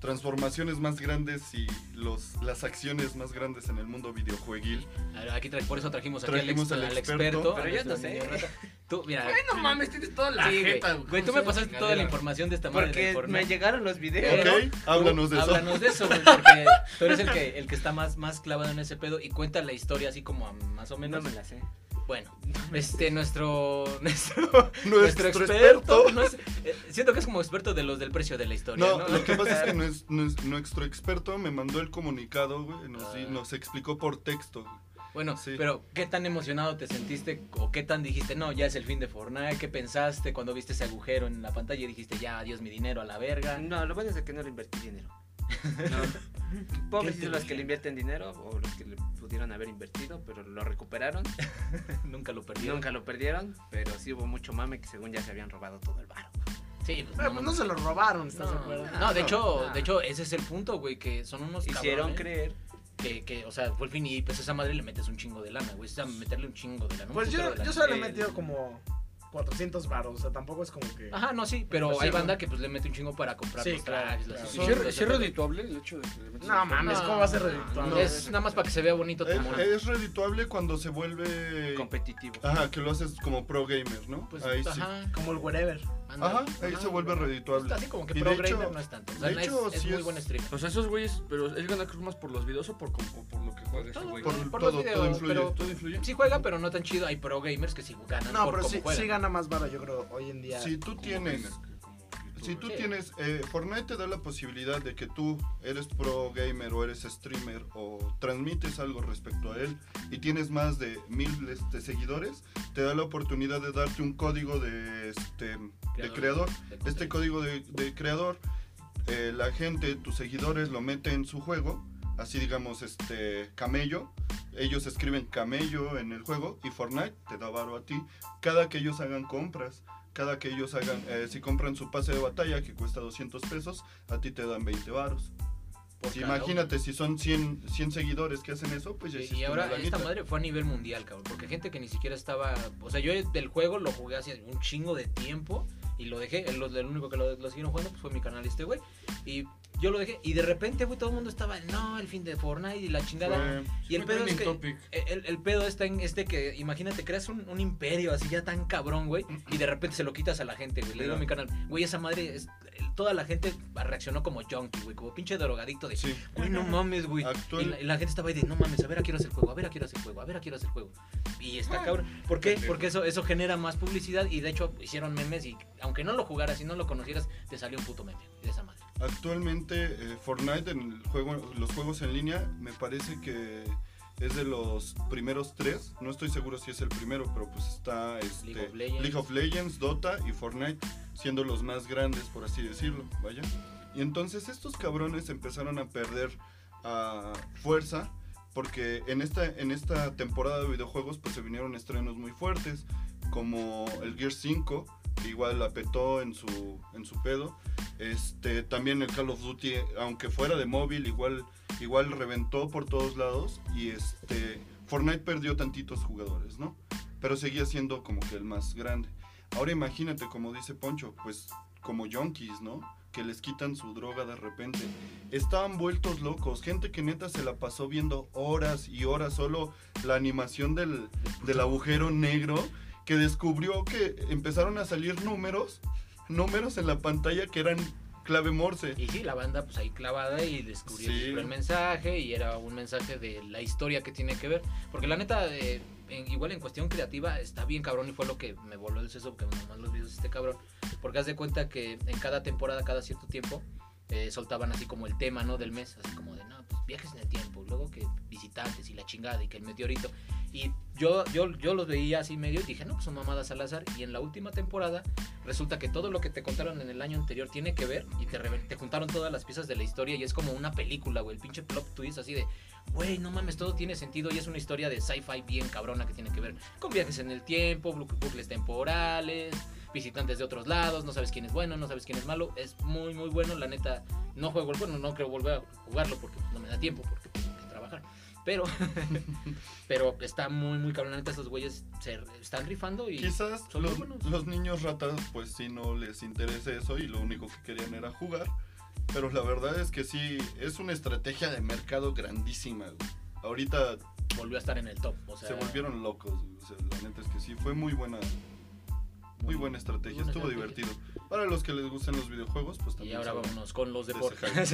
transformaciones más grandes y los, las acciones más grandes en el mundo videojueguil. A ver, Aquí tra- por eso trajimos aquí Trajimos al, ex- al al experto. experto. Pero a yo no nuestro sé. niño rata. Tú, mira. Ay, no mames, tienes toda la sí, jeta, güey. Güey, tú me pasaste toda la información de esta madre del Porque me Fortnite. llegaron los videos. ¿Ok? Pero- Háblanos de eso. Háblanos de eso, güey, porque tú eres el que, el que está más, más clavado en ese pedo y cuenta la historia así como a más o No menos. me la sé. Bueno, este, nuestro, nuestro, Nuestro nuestro experto. experto, no es- eh, siento que es como experto de los del precio de la historia, No, ¿no? lo que pasa es que nues- nues- nuestro experto me mandó el comunicado, güey, nos, di- Ah. nos explicó por texto. güey. Bueno, sí. pero ¿qué tan emocionado te sentiste o qué tan dijiste, no, ya es el fin de Fortnite? ¿Qué pensaste cuando viste ese agujero en la pantalla y dijiste, ya, adiós mi dinero a la verga? No, lo bueno es de que no le invertí dinero. ¿Qué te Pobres los que dije? le invierten dinero o los que le pudieron haber invertido, pero lo recuperaron. Nunca lo perdí. Nunca lo perdieron, pero sí hubo mucho mame que según ya se habían robado todo el barro. Sí, pues, Pero, pues, no se lo robaron, ¿estás de No, acuerdo? no, de hecho, no. de hecho, ese es el punto, güey, que son unos Hicieron cabrones creer. que, que, o sea, fue el fin y pues a esa madre le metes un chingo de lana, güey, o sea, meterle un chingo de lana. un Pues putero yo, de lana. yo solo le he El- metido como 400 baros, o sea, tampoco es como que... Ajá, no, sí, pero Pues sí, hay güey. banda que pues le mete un chingo para comprar Sí, los claro, trajes, claro. las Sí, ¿Sí, suicidas, es- sí o es sea, redituable el hecho de que le metas No el- mames, ¿cómo va a ser redituable? Es nada más para que se vea bonito tu Es, morro. es redituable cuando se vuelve... competitivo. Ajá, que lo haces como pro gamer, ¿no? Pues, ahí sí. ajá, Como el wherever. ándale, Ajá, ahí se vuelve güey. redituable. Está así como que Y de pro hecho- gamer no es tanto. O sea, de no hecho, es, es sí muy es- buen streamer. O sea, esos güeyes, pero él gana cruz más por los videos o por, com- o por lo que juega ese Todo, güey. Por por todo, los todo videos, influye. pero- ¿Todo influye? Sí juega, pero no tan chido. Hay pro gamers que sí ganan No, por pero cómo sí, juegan. sí gana más baro, yo creo, hoy en día. Si tú Como tienes... gamer, que como Si youtuber. tú Sí. tienes, eh, Fortnite te da la posibilidad de que tú eres pro gamer o eres streamer o transmites algo respecto a él y tienes más de mil este, seguidores, te da la oportunidad de darte un código de, este, de creador. de Este contenido. código de, de creador, eh, la gente, tus seguidores lo meten en su juego, así digamos, este, camello. Ellos escriben camello en el juego y Fortnite te da varo a ti cada que ellos hagan compras. Cada que ellos hagan, eh, si compran su pase de batalla que cuesta 200 pesos, a ti te dan 20 varos. Por Si cada imagínate, si son 100, 100 seguidores que hacen eso, pues ya Y- hiciste Y ahora una lanita. esta madre fue a nivel mundial, cabrón. Porque gente que ni siquiera estaba. O sea, yo del juego lo jugué hace un chingo de tiempo. Y lo dejé. El, el único que lo, lo siguieron jugando pues, fue mi canal este, güey. Y yo lo dejé. Y de repente, güey, todo el mundo estaba. No, el fin de Fortnite y la chingada. Fue- y el Fue pedo es trending que. topic. El, el pedo está en este que, imagínate, creas un, un imperio así ya tan cabrón, güey, y de repente se lo quitas a la gente, güey. Le digo a mi canal, güey, esa madre, es- toda la gente reaccionó como junkie, güey, como pinche drogadicto de, sí. güey, no mames, güey. Actual- Y la, y la gente estaba ahí de, no mames, a ver a qué hora es el juego, a ver a qué hora es el juego, a ver a qué hora es el juego. Y está cabrón. ¿Por qué? Pendejo. Porque eso, eso genera más publicidad y de hecho hicieron memes y aunque no lo jugaras y no lo conocieras, te salió un puto meme de esa madre. Actualmente eh, Fortnite en el juego, los juegos en línea me parece que es de los primeros tres. No estoy seguro si es el primero, pero pues está este, League of Legends. League of Legends, Dota y Fortnite siendo los más grandes, por así decirlo. Vaya. Y entonces estos cabrones empezaron a perder ah, fuerza porque en esta, en esta temporada de videojuegos pues se vinieron estrenos muy fuertes como el Gear 5 que igual la petó en su, en su pedo. Este, también el Call of Duty, aunque fuera de móvil, igual, igual reventó por todos lados. Y este, Fortnite perdió tantitos jugadores, ¿no? Pero seguía siendo como que el más grande. Ahora imagínate, como dice Poncho, pues como yonkis, ¿no? Que les quitan su droga de repente. Estaban vueltos locos. Gente que neta se la pasó viendo horas y horas solo la animación del, del agujero negro. Que descubrió que empezaron a salir números. Números en la pantalla que eran clave morse. Y sí, la banda pues ahí clavada y descubrió Sí. descubrió el mensaje y era un mensaje de la historia que tiene que ver. Porque la neta, eh, en- igual en cuestión creativa está bien cabrón y fue lo que me voló el seso porque nomás los videos de este cabrón. Porque haz de cuenta que en cada temporada, cada cierto tiempo, eh, soltaban así como el tema, ¿no? Del mes, así como de, no, pues viajes en el tiempo, luego que visitantes y la chingada y que el meteorito. Y yo, yo, yo los veía así medio y dije, no, pues son mamadas al azar. Y en la última temporada resulta que todo lo que te contaron en el año anterior tiene que ver y te, revel- te juntaron todas las piezas de la historia y es como una película, güey, el pinche plot twist así de, güey, no mames, todo tiene sentido y es una historia de sci-fi bien cabrona que tiene que ver con viajes en el tiempo, bu- bucles temporales, visitantes de otros lados, no sabes quién es bueno, no sabes quién es malo, es muy, muy bueno, la neta, no juego el bueno, no creo volver a jugarlo porque no me da tiempo, porque tengo que trabajar. Pero, pero está muy, muy cabrón. La neta, estos güeyes se están rifando y. Quizás son muy los, buenos. los niños ratas, pues si no les interese eso y lo único que querían era jugar. Pero la verdad es que sí, es una estrategia de mercado grandísima, güey. Ahorita Volvió a estar en el top. O sea, se volvieron locos, güey. O sea, la neta es que sí, fue muy buena, muy buena estrategia, buena estuvo estrategia. divertido. Para los que les gustan los videojuegos, pues Y también. ahora saben vámonos con los de ese deportes.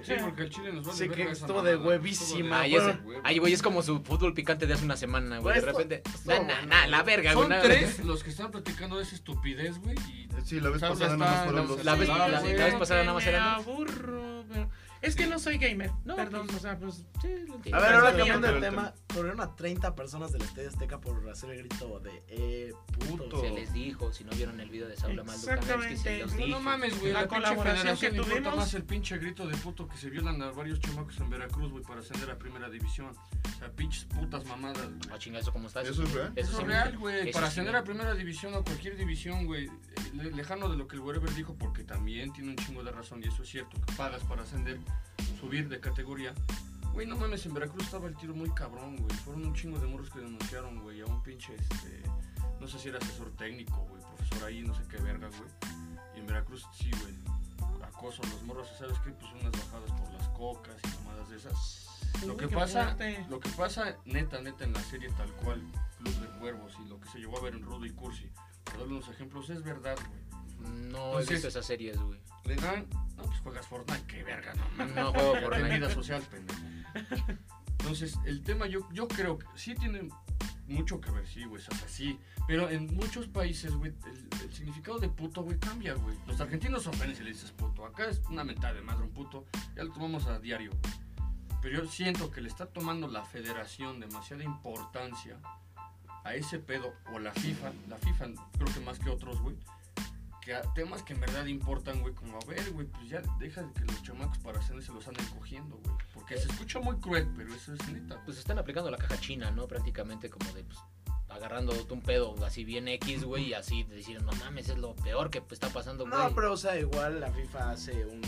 hype. Sí, porque el Chile nos va a Sí, que estuvo de huevísima, Ay, ese- ay, güey, es como su fútbol picante de hace una semana, güey. De Esto- repente. Na, na, na, la verga, güey. Son na- tres los que están platicando de esa estupidez, güey. y- Eh, Sí, la vez Saula pasada está- nada más fueron la- dos. la vez- Sí, la- la como vez pasada que nada más me eran- aburro, pero- Es que no soy gamer. No, Perdón, pues- o sea, pues. Sí, lo entiendo. A ver, ahora Sí, cambiando sí, el sí. tema, corrieron a 30 personas del Estadio Azteca por hacer el grito de eh, puto. Puto. Se les dijo, si no vieron el video de Saula Malducamansky, se Exactamente. los No, No, dije. no mames, güey. La La, pinche colaboración federación que importa tuvimos. más el pinche grito de puto que se violan a varios chamacos en Veracruz, güey, para ascender a primera división. O sea, pinches putas mamadas, güey. Ah, chinga, ¿eso cómo está? ¿Eso es real? eso Eso sí es me- real, güey. eso Para sí ascender me- a primera división o cualquier división, güey. eh, le- Lejano de lo que el Wherever dijo, porque también tiene un chingo de razón, y eso es cierto, que pagas para ascender, subir de categoría. Güey, no mames, en Veracruz estaba el tiro muy cabrón, güey. Fueron un chingo de morros que denunciaron, güey, a un pinche, este. No sé si era asesor técnico, güey, profesor ahí, no sé qué verga, güey. Y en Veracruz sí, güey. Acoso a los morros, ¿sabes qué? Pues unas bajadas por las cocas y tomadas de esas. Lo Uy, que qué pasa, fuerte. lo que pasa neta, neta en la serie tal cual, Club de Cuervos y lo que se llevó a ver en Rudo y Cursi, para darle unos ejemplos, es verdad, güey. No he Entonces- visto esas series, güey. Le dan, no, pues juegas Fortnite, qué verga, no mames. No juego Ten vida Fortnite. social, pendejo. Entonces, el tema yo, yo creo que sí tiene mucho que ver, sí, güey, o sea, sí. Pero en muchos países, güey, el, el significado de puto, güey, cambia, güey. Los argentinos son felices y le dices puto. Acá es una mentada de madre, un puto. Ya lo tomamos a diario. güey. Pero yo siento que le está tomando la federación demasiada importancia a ese pedo, o la FIFA, la FIFA creo que más que otros, güey, que a temas que en verdad importan, güey, como a ver, güey, pues ya deja de que los chamacos para hacer se los anden cogiendo, güey. Porque se escucha muy cruel, pero eso es neta. güey. Pues están aplicando la caja china, ¿no? Prácticamente como de, pues, agarrándote un pedo así bien X, güey, y así te diciendo, no mames, es lo peor que está pasando, güey. No, pero o sea, igual la FIFA hace un,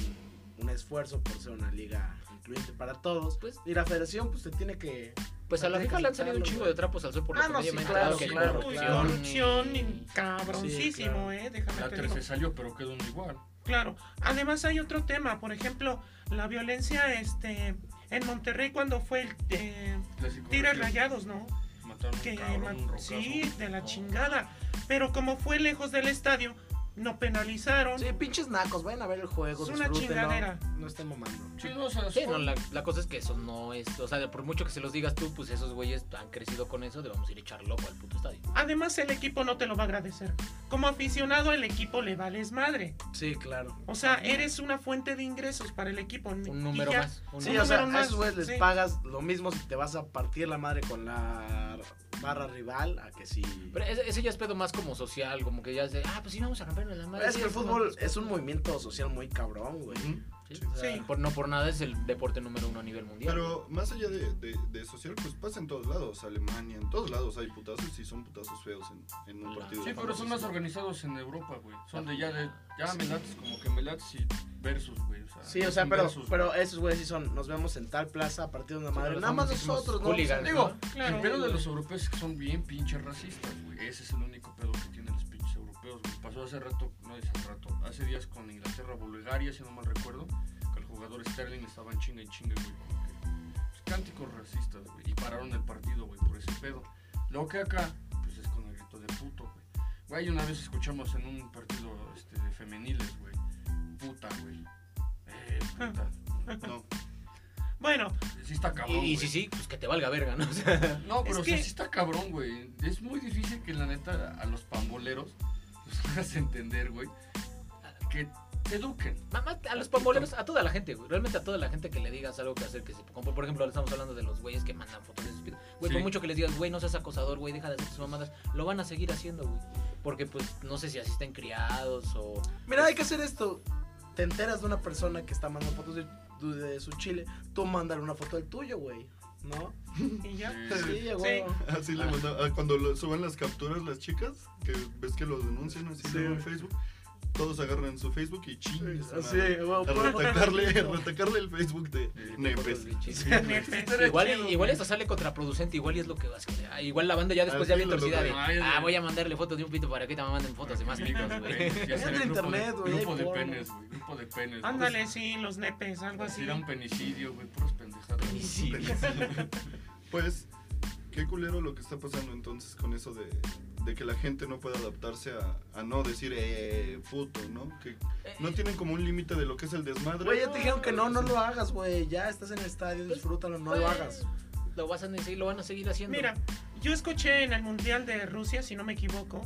un esfuerzo por ser una liga incluyente para todos. Pues- y la federación pues te tiene que... Pues a la Tiene FIFA que le han salido un aceptarlo, chingo güey. de trapos al sol por lo Ah, que no, medio sí, me he claro, enterado que hay claro, Uy, claro. corrupción. corrupción y- cabroncísimo, eh. Déjame La te 13 digo. salió, pero quedó un igual. Claro. Además hay otro tema, por ejemplo, la violencia, este, en Monterrey cuando fue el eh, Clásico tiras regio. rayados, ¿no? Mataron a Que un cabrón, un ma- rocazo. sí, de la No. chingada. Pero como fue lejos del estadio, no penalizaron. Sí, pinches nacos, vayan a ver el juego. Es una disfrútenlo, chingadera. No estén mamando. Sí, no, o sea, Sí, fue- no, la, la cosa es que eso no es, o sea, por mucho que se los digas tú, pues esos güeyes han crecido con eso de vamos a ir a echar loco al puto estadio. Además el equipo no te lo va a agradecer. Como aficionado el equipo le vales madre. Sí, claro. O sea, eres una fuente de ingresos para el equipo. Un número Y ya. más. un Sí, número o no, sea, pero no a es- esos güeyes les sí. pagas lo mismo si te vas a partir la madre con la barra rival a que si... Pero ese, ese ya es pedo más como social, como que ya es de, ah, pues sí, vamos a rompernos las madres. Es sí, que el esto, fútbol mames, es un movimiento social muy cabrón, güey. Mm. Ujú. Sí, o sea, Sí. por- no por nada es el deporte número uno a nivel mundial. Pero más allá de, de- de social, pues pasa en todos lados. Alemania, en todos lados hay putazos y son putazos feos en, en un Claro. partido. Sí, de pero son fútbol. más organizados en Europa, güey. Son de ya de. Ya me lates como que me lates y versus, güey. O sea, Sí, o es sea, un pero, versus, pero esos güeyes sí son, nos vemos en tal plaza a partir de una Sí, madre. pero Nada más somos unos nosotros, ¿no? hooligans, Digo, ¿no? Claro. el pedo de los europeos es que son bien pinches racistas, güey. Ese es el único pedo que tienen los pinches europeos, güey. Pasó hace rato, no hace rato, hace días con Inglaterra, Bulgaria, si no mal recuerdo, que el jugador Sterling estaba en chinga y chinga, güey. con que, pues, cánticos racistas, güey. Y pararon el partido, güey, por ese pedo. Lo que acá, pues es con el grito de puto, güey. Güey, una vez escuchamos en un partido este, de femeniles, güey. Puta, güey. Eh, puta. No, Bueno, Sí está cabrón, Y, y güey. si sí, pues que te valga verga, ¿no? O sea, No, pero Es o sea, que- sí está cabrón, güey. Es muy difícil que la neta a los pamboleros los hagas entender, güey, que te eduquen. mamá, a los pamboleros, a toda la gente, güey. Realmente a toda la gente que le digas algo que hacer, que se. Como por ejemplo, ahora estamos hablando de los güeyes que mandan fotos de sus vidas. Güey, por Sí. mucho que les digas, güey, no seas acosador, güey, deja de hacer tus mamadas, lo van a seguir haciendo, güey. Porque pues no sé si así estén criados o. Mira, hay que hacer esto. Te enteras de una persona que está mandando fotos de, de su chile, tú mandar una foto del tuyo, güey. ¿No? y ya. Eh, Sí, Sí. güey. así le Ah. mandaba- ah, Cuando lo- suben las capturas las chicas, que ves que los denuncian así Sí. luego en Facebook, todos agarran su Facebook y ching. su Así, madre. güey, a pon- retacarle, a retacarle el Facebook de pues, Nepes. Igual, chido, y- igual hasta sale contraproducente, igual y es lo que vas. ah, Igual la banda ya después Así ya bien lo torcida de. logro. Ay, Ah, güey. Eh, voy a mandarle fotos de un pito para que te manden fotos de más pitos, güey. Ya Entra sabes, grupo de- internet, güey, Grupo hay de porno. penes, güey. Grupo de penes. ¿no? Ándale, sí, los nepes, algo Pues, Si así. Pues, era un penicidio, güey, puros pendejadas. Y sí, Pues, qué culero lo que está pasando entonces con eso de, de que la gente no puede adaptarse a, a no decir, eh, puto, ¿no? Que no tienen como un límite de lo que es el desmadre. Güey, ya te dijeron que no, no lo hagas, güey. Ya estás en el estadio, disfrútalo, no lo Pues, hagas. Lo, vas a, decir- lo van a seguir haciendo. Mira, yo escuché en el Mundial de Rusia, si no me equivoco,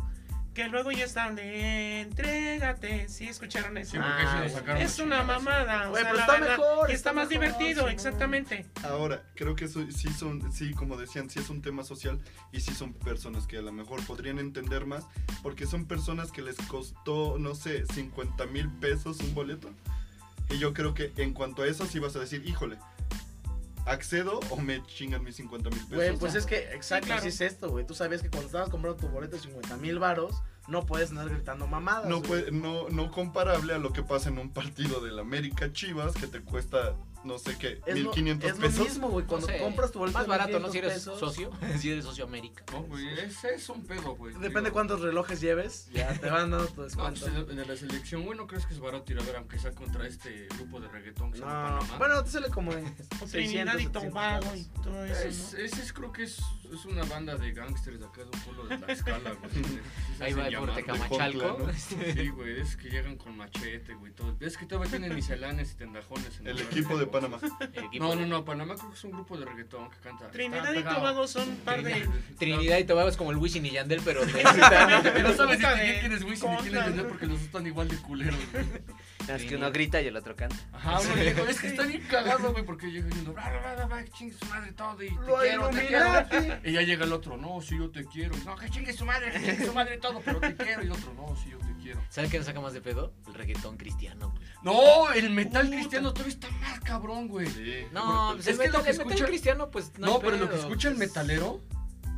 que luego ya estaban de entrégate. Sí, escucharon eso. Sí, porque ahí se lo sacaron Ah, es de una chingazo. mamada. o Güey, sea, pero la está verdad, mejor, Y está está más mejor, divertido, sí. exactamente. Ahora, creo que eso sí son, sí, como decían, sí es un tema social y sí son personas que a lo mejor podrían entender más porque son personas que les costó, no sé, 50 mil pesos un boleto. Y yo creo que en cuanto a eso sí vas a decir, híjole, ¿accedo o me chingan mis 50 mil pesos? Güey, pues ya. es que, exacto, claro. así es esto, güey. Tú sabías que cuando estabas comprando tu boleto de 50 mil varos, no puedes andar gritando mamadas. no, güey. puede- no, no comparable a lo que pasa en un partido del América Chivas que te cuesta, no sé qué, Es lo- 1500 es lo pesos. mismo, güey. Cuando No sé, compras tu boleto Más de barato, ¿no? 1500 Si eres pesos, socio, si eres socio América. No, güey, ese es un pedo, güey. Depende Digo, cuántos relojes lleves, ya te van dando tu No, pues descuento. en la- en la selección, güey, no crees que es barato ir a ver, aunque sea contra este grupo de reggaetón que se llama No, Panamá. bueno, te sale como en O 600, Trinidad y 700 Tobago y varos. todo Es, eso. ¿no? ese es, creo que es, es una banda de gángsters de acá de un pueblo de Tlaxcala, güey. Sí se Ahí va el Este. hacen por llamar, güey. Tecamachalco. Joncla, ¿no? Sí, güey, es que llegan con machete, güey, todo. Es que todavía tienen miselanes y tendajones. En El lugar equipo de box. Panamá. el equipo No, de- no, no, Panamá creo que es un grupo de reggaetón que canta. Trinidad Está y pegado. Tobago son un par de. Trinidad y Tobago es como el Wisin y Yandel, pero de- No sabes Puta distinguir de quién es Wisin y quién es contra, Yandel ¿no? porque los dos están igual de culeros, güey. Es que uno grita y el otro canta. Ajá, uno dijo, es que está bien cagado, güey, porque llega diciendo, bla, bla, bla, bla, que chingue su madre todo y te Lo quiero, te quiero. Illuminati. Y ya llega el otro, no, sí, yo te quiero. No, que chingue su madre, que chingue su madre todo, pero te quiero. Y el otro, no, sí, yo te quiero. ¿Sabes qué nos saca más de pedo? El reggaetón cristiano, güey. No, el metal Puta. cristiano todavía está más cabrón, güey. Sí. No, Porque- pues es el que metal, lo que el metal escucha- cristiano, pues no. No, hay pero lo que pedo, escucha el pues, metalero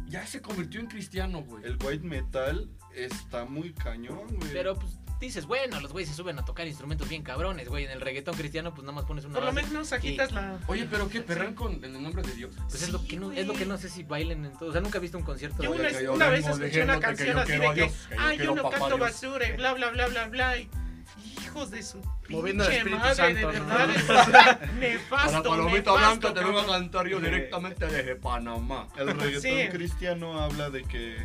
ya se convirtió en cristiano, güey. El white metal está muy cañón, güey. Pero pues dices, bueno, los güeyes se suben a tocar instrumentos bien cabrones, güey. En el reggaetón cristiano, pues nada más pones una. Por lo base. menos agitas la. Oye, pero qué perran con en el nombre de Dios. Pues es, lo que no, es lo que no sé si bailen en todo. O sea, nunca he visto un concierto. Yo de- una, que yo una vengo vez de escuché una gente que canción yo así quiero de a que, Dios, que yo ay, quiero yo no papá canto Dios". basura, y bla, bla, bla, bla, bla. y hijos de su Moviendo el pinche Espíritu madre, Santo, de ¿no? verdad, es Para nefasto, Palomita nefasto, Blanca te vengo a cabrón. cantar yo directamente desde Panamá. El reggaetón Sí. cristiano habla de que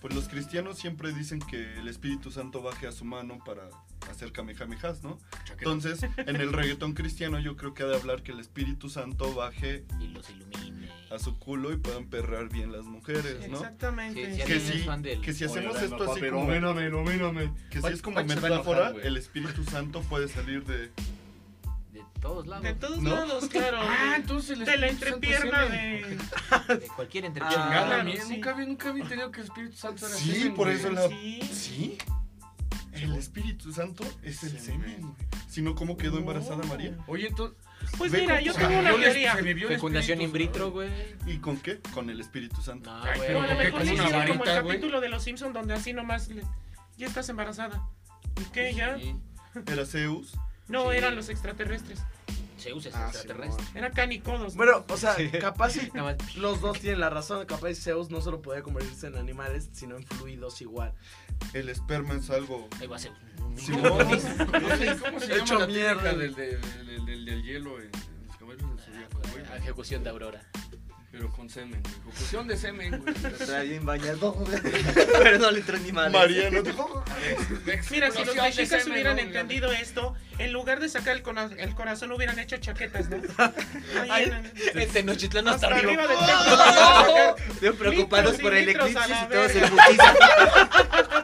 pues los cristianos siempre dicen que el Espíritu Santo baje a su mano para hacer kamehamehas, ¿no? Entonces, en el reggaetón cristiano yo creo que ha de hablar que el Espíritu Santo baje Y los ilumine. a su culo y puedan perrar bien las mujeres, ¿no? Exactamente. Sí, sí, Que Sí, si, es fan del- que si hacemos Oye, esto así papi, como, ilumíname, ilumíname. que si Pac- es como Pac se va a enojar, metáfora, güey. el Espíritu Santo puede salir de... De todos lados. De todos ¿No? lados, claro. Ah, entonces el de la Espíritu Santo entrepierna semen. de. Ah, De cualquier entrevista. Chingada, claro, mierda, sí. Nunca había, nunca había entendido que el Espíritu Santo era Sí, semen, por güey. eso la... Sí. ¿Sí? El Espíritu Santo es el Semen. semen, güey. Si no, ¿cómo quedó embarazada No. María? Oye, entonces... Pues Ve mira, cómo yo se tengo una yo les- teoría. se me vio el Fecundación in Espíritu vitro, Santo. güey. ¿Y con qué? Con el Espíritu Santo. No, Ay, güey. pero O a lo ¿por qué mejor con sí una hicieron como varita, el güey? capítulo de Los Simpsons donde así nomás le- ya estás embarazada. ¿Y qué? ¿Ya? Sí. Era Zeus. No, Sí. eran los extraterrestres. Se usa Ah, extraterrestre. Era canicodos. ¿no? Bueno, o sea, capaz si Nada más. los dos tienen la razón. Capaz Zeus no solo podía convertirse en animales, sino en fluidos igual. El esperma es algo. Ahí va a ser. Sí, No, no. no sé, ¿Cómo se Hecho llama la mierda. técnica del, del, del, del, del hielo en, en los caballos del zodiaco, güey? Ejecución de Aurora. Pero con semen, güey. Confusión de semen, güey. Trae bien bañado. Pero no le entró ni madre. María, no te jodas. Mira, si los Explosión de mexicas semen, hubieran ¿no? entendido esto, en lugar de sacar el, cona- el corazón hubieran hecho chaquetas, ¿no? Ahí en- En Tenochtitlán hasta hasta arriba. arriba del templo. Están Litros preocupados y por el litros a eclipse la y todos se verga. embuquizan.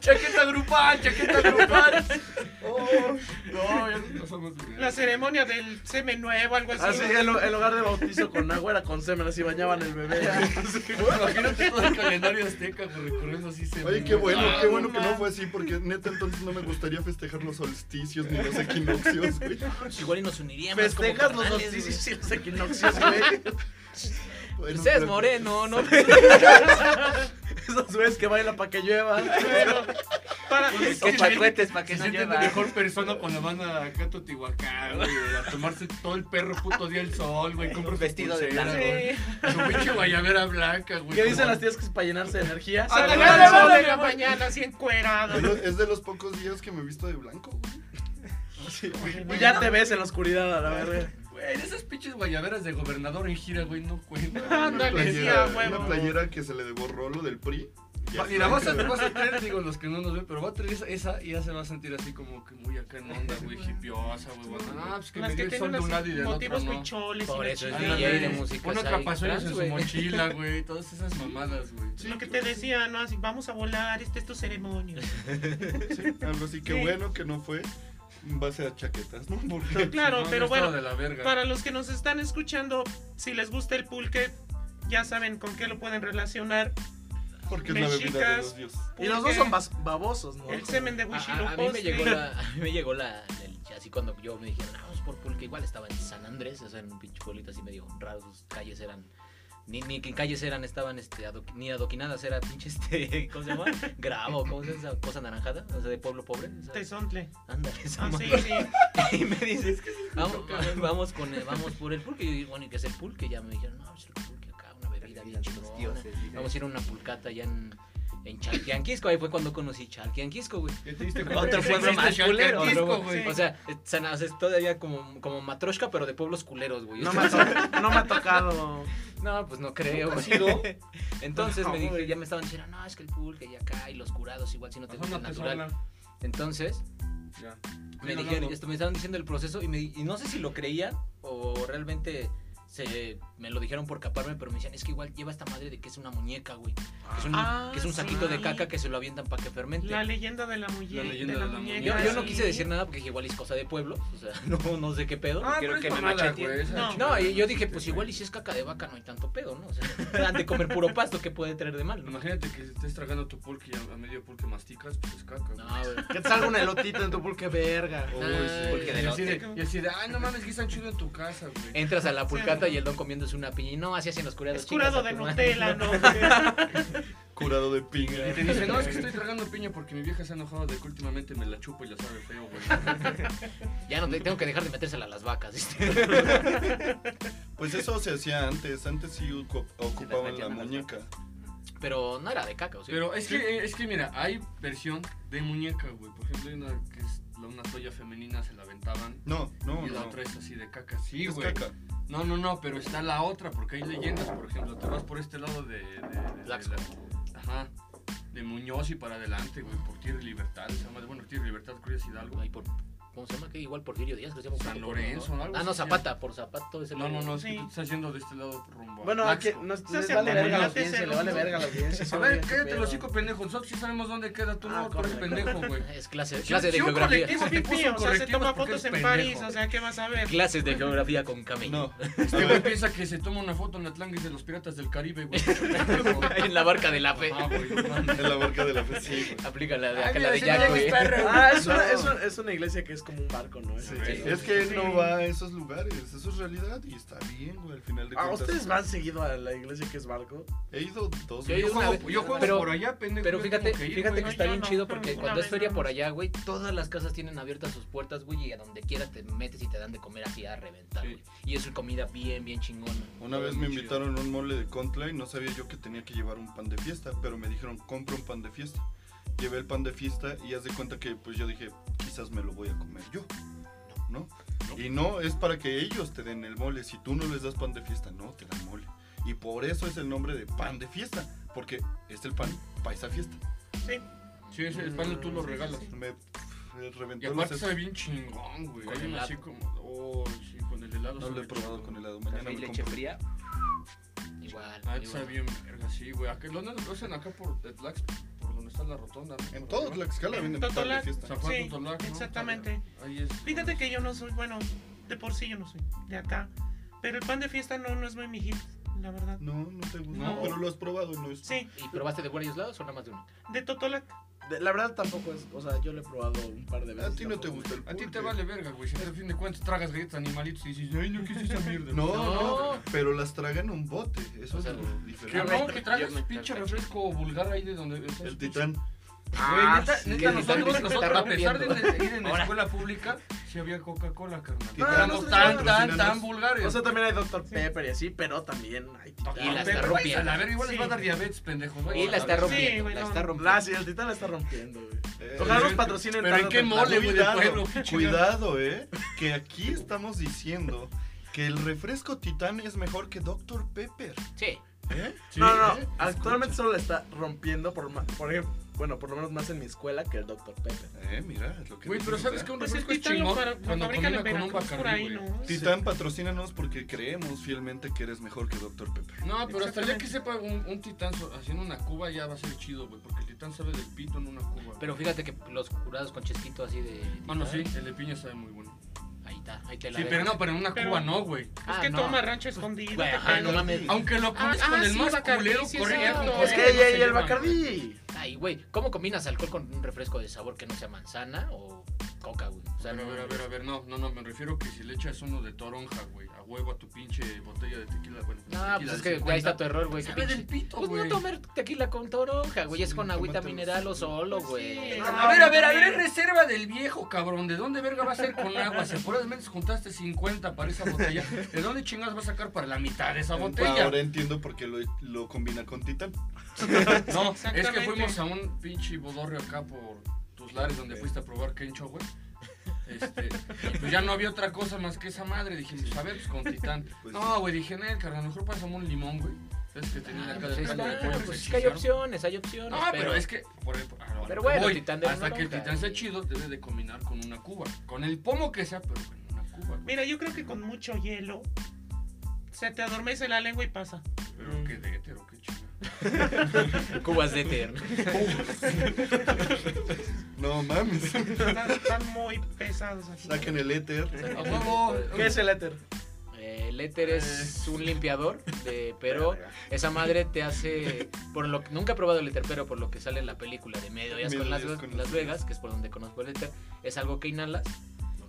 Chaqueta grupal, chaqueta grupal. Oh. no, ya no somos La ceremonia del semen nuevo, algo así. Así, Ah, en, lu- en lugar de bautizo con agua, era con semen, así bañaban el bebé. Imagínate todo el calendario azteca, pues, güey, recorriendo así semen. Oye, qué bueno, Ah, qué bueno que man. no fue así, porque neta entonces no me gustaría festejar los solsticios ni los equinoccios, güey. Igual y nos uniríamos. Festejas como los carnales, solsticios güey. y los equinoccios, güey. Bueno, Usted es pero- moreno, no Esos güeyes que bailan para que llueva. Pero, para Pues, Con Sí, pacotes para que Que se no sienten llueva. la mejor persona cuando van a acá a Teotihuacán, güey, a tomarse todo el perro puto día el sol, güey, compra su Vestido de pulsera, blanco. güey, Su pinche guayabera blanca, güey. ¿Qué como- dicen las tías que es para llenarse de energía? A Ándale, las ándale, nueve ándale, de la ándale. mañana, así encuerado. Oye, Es de los pocos días que me he visto de blanco, güey. Así, güey. Y ya te ves en la oscuridad, a la verga. Güey, esas pinches guayaberas de gobernador en gira, güey, no cuentan. Una Pues, Ándale, sí, playera, a huevo. una playera que se le deborró lo del PRI. Ya Va- Mira, vas a, está. vas a traer, digo, los que no nos ven, pero va a traer esa, esa y ya se va a sentir así como que muy acá en onda, güey, hipiosa, güey. bueno, Ah, pues que Las me que dio el tienen sol de un lado y los del otro motivos muy no. choles. y Por la eso es chingada. DJ de Ándale, música, Pone ¿sabes? atrapasueños en Trans, su güey. mochila, güey, todas esas mamadas, güey. Lo que te decía, ¿no? Así, vamos a volar, este es tu ceremonia. Sí, algo así que Sí. bueno que no fue en base a chaquetas, ¿no? Porque Claro, No, no pero estaba bueno, de la verga. para los que nos están escuchando, si les gusta el pulque, ya saben con qué lo pueden relacionar. porque es la bebida de Mexicas. los dioses. Y los dos Pulque, son bas- babosos, ¿no? El semen de A, Huichilopochtli. a- a mí me llegó la, a mí me llegó la, el- así cuando yo me dijeron, "Ah, vamos por pulque, igual estaba en San Andrés, o sea, en un pinche pueblito así medio raro, sus calles eran, ni, ni que calles eran, estaban, este, adoqui- ni adoquinadas, era pinche, este, ¿cómo se llama? Grabo, ¿cómo se llama esa cosa anaranjada? O sea, de pueblo pobre. o sea, Tezontle. Ándale, esa Ah, sí, madre. sí. Y me dices, vamos, cabrón. vamos, con, el- vamos por el pulque, y yo digo, bueno, ¿y qué es el pulque? Ya me dijeron, no, es el pulque acá, una bebida bien chingona. Vamos a ir a una pulcata allá en, en Chalquianquisco, ahí fue cuando conocí Chalquianquisco, güey. ¿Qué te diste Otro Sí, pueblo viste más culero. Chalcantisco, otro- güey. O sea, es- San- o sea, es todavía como, como matroshka, pero de pueblos culeros, güey. No me, ha to- no me ha tocado. No, pues no creo, ¿Nunca has güey. Entonces No, me dije, güey. ya me estaban diciendo, no, es que el pulque y acá, y los curados, igual si no te Ajá, gusta el una natural. persona. Entonces, Ya. me Sigue dijeron, hablando. esto, me estaban diciendo el proceso y, me, di- y no sé si lo creían o realmente se, me lo dijeron por caparme, pero me decían, es que igual lleva esta madre de que es una muñeca, güey. Que es un, Ah, que es un saquito de sí. caca que se lo avientan para que fermente. La leyenda de la, muñe- La leyenda de la de la Yo, muñeca. muñeca, yo no sí. quise decir nada porque dije, igual es cosa de pueblo, o sea, no, no sé qué pedo. Ah, quiero pero que es me mamada, macheteen. güey, esa No. chingada No, y yo dije, existe, pues güey. igual y si es caca de vaca no hay tanto pedo, ¿no? O sea, han de comer puro pasto, ¿qué puede traer de mal? No, Imagínate que estés tragando tu pulque y a, a medio pulque masticas, pues es caca. güey. No, güey. Que te salga un elotito en tu pulque, verga. Uy, Ah, sí. pulque de y, así elote. de, y así de, ay, no mames, que están chido en tu casa, güey. Entras a la pulcata Sí. y el don comiéndose una piña y no, así hacen los curados. Es curado chingas a de tu madre. Nutella, ¿no? Curado de pinga. Y te dice, no, es que estoy tragando piña porque mi vieja se ha enojado de que últimamente me la chupa y la sabe feo, güey. Ya no te- tengo que dejar de metérsela a las vacas, ¿viste? Pues eso se hacía antes, antes sí ocu- ocupaban la metían a las muñeca. Pero no era de caca, o sea. Pero es que, es que mira, hay versión de muñeca, güey. Por ejemplo, hay una que es la- una toalla femenina, se la aventaban. No, no, y la no. otra es así de caca. Sí, Es güey. caca. No, no, no, pero está la otra, porque hay leyendas, por ejemplo, te vas por este lado de... de, de- de Laxco. la- ajá, de Muñoz y para adelante, güey, por Tierra y Libertad, esa madre, bueno, Tierra y Libertad, Cruz Hidalgo. Ay, por, ¿Cómo se llama? que Igual Porfirio Díaz, que se llama San Porfirio, Lorenzo, ¿no? algo Ah, no, así. Zapata, por Zapato. ese No, no, no, es que Sí. tú te estás yendo de este lado rumbo a Bueno, a que Laxco. no Se hace vale verga a la aguacate, audiencia, se le vale lo- verga a la audiencia. A sabe ver, bien qué cállate pedo. los cinco pendejos, nosotros sí sabemos dónde queda, tú Ah, no, tú eres correcto. pendejo, güey. Es clase, Si- clase de si un geografía. colectivo- Es Se pipí, puso o sea, se colectivos toma porque es fotos en pendejo. París, o sea, ¿qué vas a ver? Clases de geografía con Camilo. No. Este güey piensa que se toma una foto en la tlanguis de los piratas del Caribe, güey. en la barca de la fe. Ah, güey, no mames. En la barca de la fe, sí, güey. Aplica la de Ay, acá, mira, la de sí me Jack, llevo güey. mis perros. Ah, es una, es, una, es una iglesia que es como un barco, ¿no? Sí, Este, Es que él no va a esos lugares, eso es realidad y está bien, güey, al final de Ah, cuentas. ¿ustedes van seguido a la iglesia que es barco? He ido dos Yo he Yo veces. ido- una juego, vez- yo juego pero- por allá, pendejo. Pero yo fíjate, tengo que ir, fíjate güey. que está yo bien no, chido pero porque una cuando es vez feria nada por más. allá, güey, todas las casas tienen abiertas sus puertas, güey, y a donde quiera te metes y te dan de comer así a reventar, Sí. güey. Y es una comida bien, bien chingona. Una vez me invitaron a un mole de Contla y no sabía yo que tenía que llevar un pan de fiesta, pero me dijeron, compra un pan de fiesta. Llevé el pan de fiesta y haz de cuenta que pues yo dije, quizás me lo voy a comer yo, ¿no? Y no, es para que ellos te den el mole. Si tú no les das pan de fiesta, no te dan mole. Y por eso es el nombre de pan de fiesta, porque es el pan para esa fiesta. Sí. Sí, ese- el pan tú lo regalas. Me, me Y reventó los aparte sabe sesos. bien chingón, güey. Con Hay uno helado. así como. Oh, sí, con el helado. No lo sabe he probado chingón. con helado, mañana Café y me leche compro. fría. Igual. Ah, igual. está bien, verga, sí, güey. Acá- ¿Dónde lo hacen acá por Tlax? Por donde está la rotonda. ¿no? En Por todo arriba. Tlaxcala En venden pan de Totolac. fiesta. San Juan Sí, Totolac, ¿no? exactamente. Ahí es. Fíjate que yo no soy, bueno, de por sí yo no soy de acá. Pero el pan de fiesta no, no es muy mi hit, la verdad. No, no te gusta. No. Pero lo has probado, no es. Sí, ¿Y probaste de varios lados o nada más de uno? de Totolac. De- la verdad tampoco es, o sea, yo lo he probado un par de A veces. ti no te tampoco. gusta el A ti te pulque. vale verga, güey. Si a fin de cuentas tragas galletas animalitos y dices, ay, no, ¿qué es esa mierda? No, No. no, pero las tragan en un bote. Eso O sea, es lo Que diferente. no, que tragas Yo me pinche encargo. refresco vulgar ahí de donde. El titán. Güey, neta, Ah, sí, neta, que nosotros, se está nosotros, a pesar de rompiendo. ir en Ahora. escuela pública, sí había Coca-Cola, carnal. Que No, éramos no, tan, no, tan, patrocínanos. tan vulgares. O sea, también hay Dr. Pepper y así, pero también hay Doctor Y la está Pepper, Pepper. güey, rompiendo. A la verga, igual les va a dar Sí. diabetes, pendejo. ¿no? Y la A está ver. rompiendo, Sí, güey, la no. está rompiendo. La, Ah, sí, el titán la está rompiendo, güey. Eh, Ojalá nos patrocinen Pero en tarde qué o temprano. mole, güey, de Cuidado, pueblo. pinche Cuidado, eh. Que aquí estamos diciendo que el refresco titán es mejor que Dr. Pepper. Sí. ¿eh? No, no, Sí, no. ¿eh? Actualmente solo la está rompiendo por, ma- por ejemplo, bueno, por lo menos más en mi escuela que el Dr. Pepper. Eh, mira, es lo que Güey, pero decimos, ¿sabes ¿eh? que un Pues el refresco es titán lo, chingón? fa- lo Cuando fabrican combina en con un Veracruz por Bacardí, ahí, güey. ¿no? Titán, patrocínanos porque creemos fielmente que eres mejor que Dr. Pepper. No, pero hasta el día Exactamente. que sepa un, un titán so- haciendo una cuba ya va a ser chido, güey, porque el titán sabe del pito en una cuba. Pero fíjate que los curados con chesquito así de. bueno, sí, el de piña sabe muy bueno. Ahí está, ahí te la Sí, dejo. pero no, pero en una Pero- cuba no, güey. Es Ah, que no. toma rancho escondido. Güey, te ajá, pelo. no mames. Aunque lo comes Ah, con ah, el sí, más Bacardí, culero, sí, corría exacto. con Es que correa, ahí no se hay el llevan, güey. Bacardí. Ay, güey, ¿cómo combinas alcohol con un refresco de sabor que no sea manzana o coca, güey? O sea, Pero, a no- ver, a ver, a ver, no, no, no, me refiero que si le echas uno de toronja, güey, a huevo a tu pinche botella de tequila, bueno, No, pues es que ahí está tu error, güey. qué Sabe del pinche- pito, Pues no güey. tomar tequila con toronja, güey. Es Sí, con agüita tómatelo mineral o así. solo, Sí. güey. No, A ver, a ver, a ver, es reserva del viejo, cabrón. ¿De dónde verga va a ser con agua? Si menos juntaste 50 para esa botella, ¿de dónde chingas va a sacar para la mitad de esa botella? Ahora entiendo por qué lo, lo combina con Titán. No, es que Exactamente. fuimos a un pinche bodorrio acá por tus lares donde fuiste a probar Kencho, güey. Este, y pues ya no había otra cosa más que esa madre. Dije, pues a ver, pues con titán. Pues no, güey, dije, nel, carnal, mejor pasamos un limón, güey. Es que tenía Ah, acá pues de ahí taco de está, pollo que pues se es que hay chicharon. opciones, hay opciones. No, Ah, pero es que. Por, ah, por- a lo- a lo Pero que bueno, Titán de hasta que el Bronca, titán sea y- chido, debe de combinar con una cuba. Con el pomo que sea, pero con una cuba. güey. Mira, yo creo que con mucho hielo se te adormece la lengua y pasa. Pero qué de hétero, qué chido. Cubas de eterno. No mames. Están, están muy pesados aquí. Saquen el éter. A huevo. ¿Qué es el éter? Eh, El éter es un limpiador, de, pero esa madre te hace. Por lo que- nunca he probado el éter, pero por lo que sale en la película de Mediodías Mediodías con Las, con Las Las Vegas, que es por donde conozco el éter, es algo que inhalas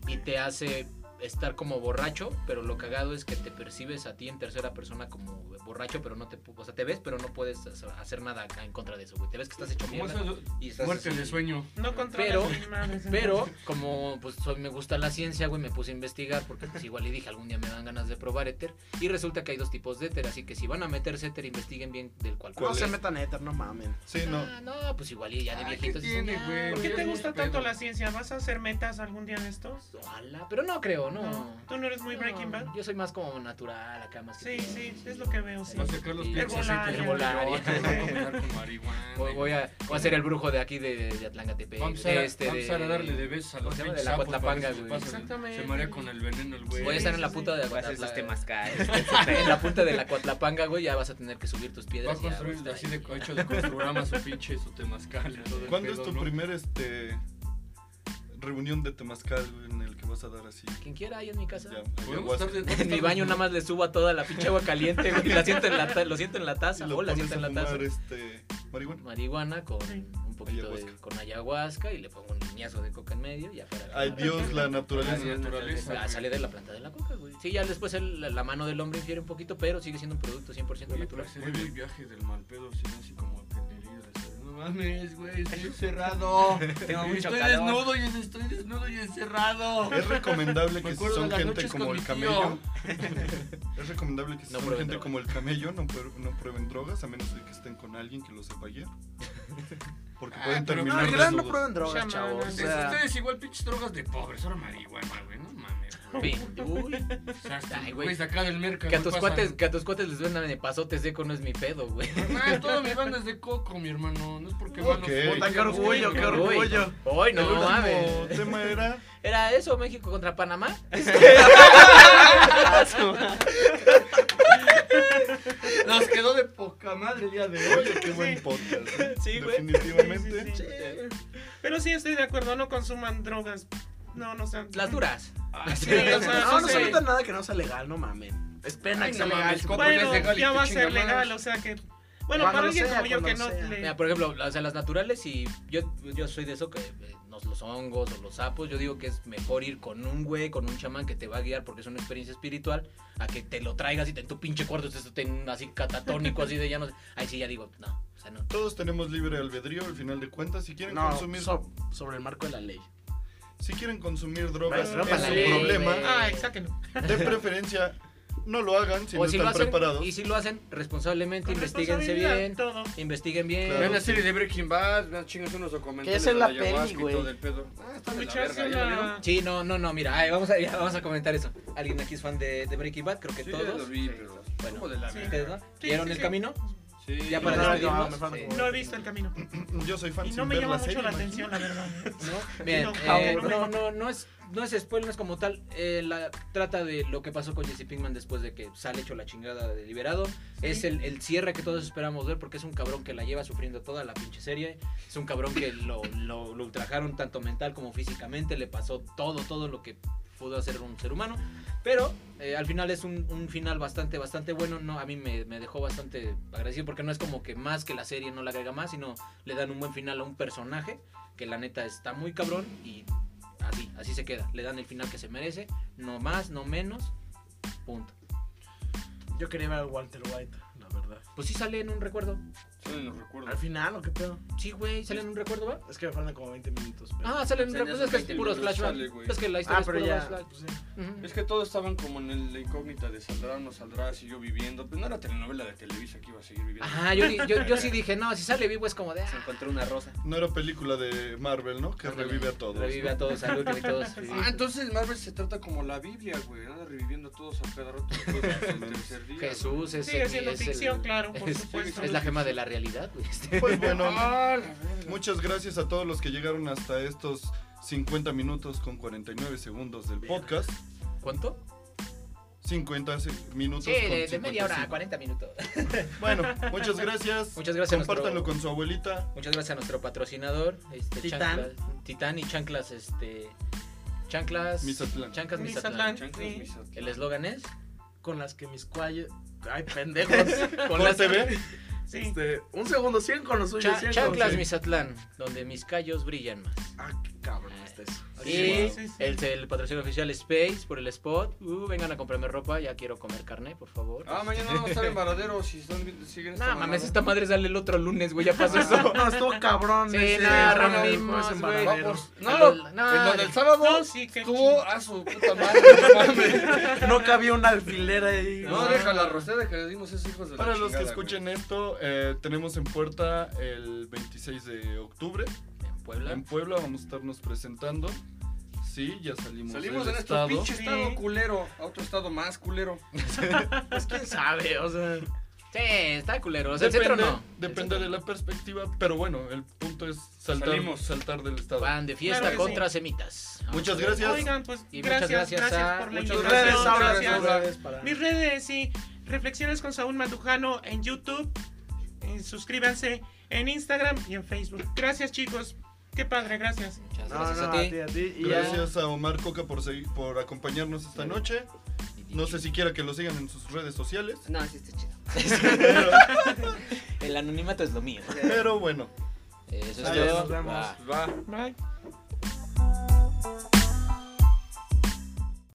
y te hace estar como borracho, pero lo cagado es que te percibes a ti en tercera persona como borracho, pero no te. pu- O sea, te ves, pero no puedes hacer- hacer nada acá en contra de eso, güey. Te ves que estás hecho Como mierda esas y estás. muertes así. de sueño. No Pero- controlas ni madres, Pero como pues soy- me gusta la ciencia, güey, me puse a investigar porque pues igual y dije algún día me dan ganas de probar éter y resulta que hay dos tipos de éter, así que si van a meterse éter investiguen bien del cual. ¿Cuál No se es? metan a éter, no mamen. Sí, no. Ah, no, pues igual y ya de Ay, ¿qué viejitos. dicen, tiene, "Ah, güey? ¿Por qué te Yo- gusta yo- tanto pero- la ciencia? ¿Vas a hacer metas algún día de estos? Ojalá, pero no creo, no. ¿Tú no eres muy No, Breaking Bad? Yo soy más como natural acá más. Sí, sí, es lo que veo, sí. Va a sacar los Sí, pinches herbolaria. aceites Herbolaria. de coyote, va a combinar con marihuana. Voy, voy a, voy a ser el brujo de aquí de, de Atlangatepec, Vamos a, de este, vamos a de- darle de besos a ¿cómo los se llama? pinches De la sapos para Coatlapanca, ver si se güey. pasan. Exactamente. Se marea con el veneno el güey. Voy a estar en la Sí, punta de Vas a hacer este Atla- mascar. en la punta de la Coatlapanga, güey, ya vas a tener que subir tus Va a piedras. y ya, construir güey, así está de ahí. hecho de construrama su pinche su temazcal. y todo el ¿Cuándo pedo, es tu ¿no? primer este reunión de temazcal en el que vas a dar así? Quien quiera ahí en mi casa. Ya, Podemos estar de- En mi baño nada más le subo a toda la pinche agua caliente, güey. La siento en la ta- lo siento en la Y taza, lo o la pones siento a en la taza. fumar este marihuana. Marihuana con Sí. un poquito de Ayahuasca. con ayahuasca y le pongo un liñazo de coca en medio ya para. Ay para- Dios, la naturaleza. Gracias, naturaleza. Ah, sale de la planta de la coca, güey. Sí, ya después el- la- la mano del hombre infiere un poquito, pero sigue siendo un producto 100% Oye, natural. pero pues, sería muy viaje del mal pedo, sino así como aprenderías. No mames, güey, estoy cerrado. Tengo mucho estoy calor. desnudo y estoy desnudo y encerrado. Es recomendable Me que si acuerdo de son las gente noches como con el mi camello. es recomendable que si No son prueben gente drogas. como el camello no, prueb- no prueben drogas a menos de que estén con alguien que los sepa guiar. Porque Ah, pueden No, pero- terminar en general no desnudos. prueben drogas, Chamán, chavos. O antes Ustedes- sea, ustedes igual pinches drogas de pobres, ahora marihuana, güey, no mames. güey. Fin. Uy, O sea, hasta Ay, el güey. güey saca del merca. que a güey, tus pasan- cuates, que a tus cuates les vendan de pasote seco no es mi pedo, güey. Carnal, Ah, toda mi banda es de coco, mi hermano. No es porque Ok. van Puta, a qué orgullo, qué orgullo. Hoy no El último mames. tema era Era eso, México contra Panamá. Nos quedó de poca madre el día de hoy. Oye, qué buen podcast. ¿eh? Sí, güey. Definitivamente. Sí, sí, Pero sí estoy de acuerdo, no consuman drogas. No, no sean. Las duras. Ah, sí, Sí, o sea, o sea, No, no sí. se metan nada que no sea legal, no mamen. Es pena Ay, que no sea legal. mames, es ¿cómo como- no es Bueno, legal y ya te va a chinga ser más. legal, o sea que. Bueno, Cuando para alguien sea, como yo que cuando no sea. le... Mira, por ejemplo, o sea, las naturales y yo, yo soy de eso que eh, nos- los hongos o los sapos, yo digo que es mejor ir con un güey, con un chamán que te va a guiar porque es una experiencia espiritual, a que te lo traigas y te, en tu pinche cuarto estés tú en- así catatónico, así de ya no sé. Ahí sí ya digo, no, o sea, no. Todos tenemos libre albedrío al final de cuentas. Si quieren No, consumir so- sobre el marco de la ley. si quieren consumir drogas Pero es rompan un la ley, problema. güey. Ah, exacto. De preferencia no lo hagan si o no si lo están hacen, preparados. y si lo hacen responsablemente, investiguense responsabilidad, bien, Todo. investiguen bien. Claro. Vean la serie de Breaking Bad, vean chingas unos documentales. Que esa es la de ayahuasca peli, y güey. todo el pedo. Ah, está de la Echarse verga, ¿ya la vieron? una... Sí, no, no, no, mira, ay, vamos, a, ya vamos a comentar eso. ¿Alguien aquí es fan de, de Breaking Bad? Creo que Sí, ya todos. lo vi, pero. Bueno, estuvo de la sí. verga. ¿Ustedes no? Sí, ¿Vieron sí, el sí. camino? Sí. Ya para No, no, despedirnos, me falta eh, No he visto el camino. Yo soy fan Y sin no me ver llama la mucho serie, la imagínate. atención, la verdad. ¿no? Bien, No, eh, cabrón. no, no, no es, no es spoiler, no es como tal. Eh, la, trata de lo que pasó con Jesse Pinkman después de que sale hecho la chingada de liberado. Es el, el cierre que todos esperamos ver porque es un cabrón que la lleva sufriendo toda la pinche serie. Es un cabrón que lo, lo, lo ultrajaron tanto mental como físicamente. Le pasó todo, todo lo que pudo hacer un ser humano. Pero eh, al final es un, un final bastante, bastante bueno. No, a mí me, me dejó bastante agradecido porque no es como que más que la serie no la agrega más, sino le dan un buen final a un personaje que la neta está muy cabrón y así, así se queda. Le dan el final que se merece, no más, no menos, punto. Yo quería ver a Walter White, la verdad. Pues sí sale en un recuerdo. Sí, no recuerdo. Al final, ¿o qué pedo? Sí, güey, sale en un recuerdo, ¿va? Es que me faltan como 20 minutos. pero- Ah, sale en un Sale recuerdo, es que es en puro 20 minutos, flashback. sale, güey. Es que la Ah, historia pero es ya. puro flashback. pues, sí. Ujú. Es que todos estaban como en el- la incógnita de saldrá o no saldrá, siguió viviendo. Pues no era telenovela de Televisa que iba a seguir viviendo. Ajá, yo, di- yo, yo sí dije, no, si sale vivo es como de... Se ah, encontró una rosa. No era película de Marvel, ¿no? Que ándale, revive a todos. Revive a todos, al último y todos. Ah, entonces Marvel se trata como la Biblia, güey. Anda reviviendo a todos a cada rato. todos el tercer día, güey. Jesús es Sigue el- siendo es el- ficción, claro, por es- supuesto. Es la gema de la realidad, güey. ¿no? Pues bueno, Ah, la verga. muchas gracias a todos los que llegaron hasta estos 50 minutos con 49 segundos del podcast. ¿Cuánto? 50 se- minutos Sí, con de, de media hora, 55. 40 minutos. Bueno, muchas gracias. Muchas gracias a nuestro- Compártanlo con su abuelita. Muchas gracias a nuestro patrocinador, este, Titán. Chanclas- Titán y Chanclas, este, Chanclas, Mizatlán. Chanclas Mizatlán. Mizatlán. Chancas, Sí. Mizatlán. El eslogan es, Con las que mis cualles. Ay, pendejos. con Corte las- B. Sí. Este, un segundo, 100 Pues con los suyos. Cha- 100 con los Chanclas suyos. Mizatlán, donde mis callos brillan más. Ah, qué cabrón está eso. Y sí, sí. El, el patrocinio oficial Space por el spot. Uh, vengan a comprarme ropa, ya quiero comer carne, por favor. Ah, mañana vamos a estar en Varadero si están viendo- siguen esta no mames, mamada. esta madre sale el otro lunes, güey, ya pasó eso. No, estuvo cabrón. Sí, ese, no, no, rompimos, fue en güey. Varadero. Vamos. No, No, no, en donde no. el sábado No, sí, qué estuvo chingón. a su puta madre. no mames. No cabía un alfiler ahí. No, No. deja la rosada que le dimos a esos hijos de la Para los que chingada, escuchen esto, eh, tenemos en puerta el 26 de octubre. En Puebla. En Puebla vamos a estarnos presentando. Sí, ya salimos, del güey. Salimos de nuestro estado. pinche Sí. estado culero a otro estado más culero. Pues quién sabe, o sea. Sí, está culero. O sea, el Depende, centro no. El depende centro de la perspectiva, pero bueno, el punto es saltar, Salimos. saltar del no. estado. Van de fiesta Claro que sí. contra semitas. Vamos Muchas a ver. gracias. Oigan, pues Y muchas gracias, gracias, gracias a- por la muchas Tus invitación. redes, ahora gracias. tus redes para. Mis redes y reflexiones con Saúl Matujano en YouTube. Eh, suscríbanse en Instagram y en Facebook. Gracias, chicos. Qué padre, gracias. Muchas No, gracias no, a ti. a ti. Y ya. Gracias a Omar Coca por, segui- por acompañarnos esta noche. No sé si quiera que lo sigan en sus redes sociales. No, sí está chido. Pero, El anonimato es lo mío. pero bueno. Eso es Adiós, todo. nos vemos. Va. Va. Bye.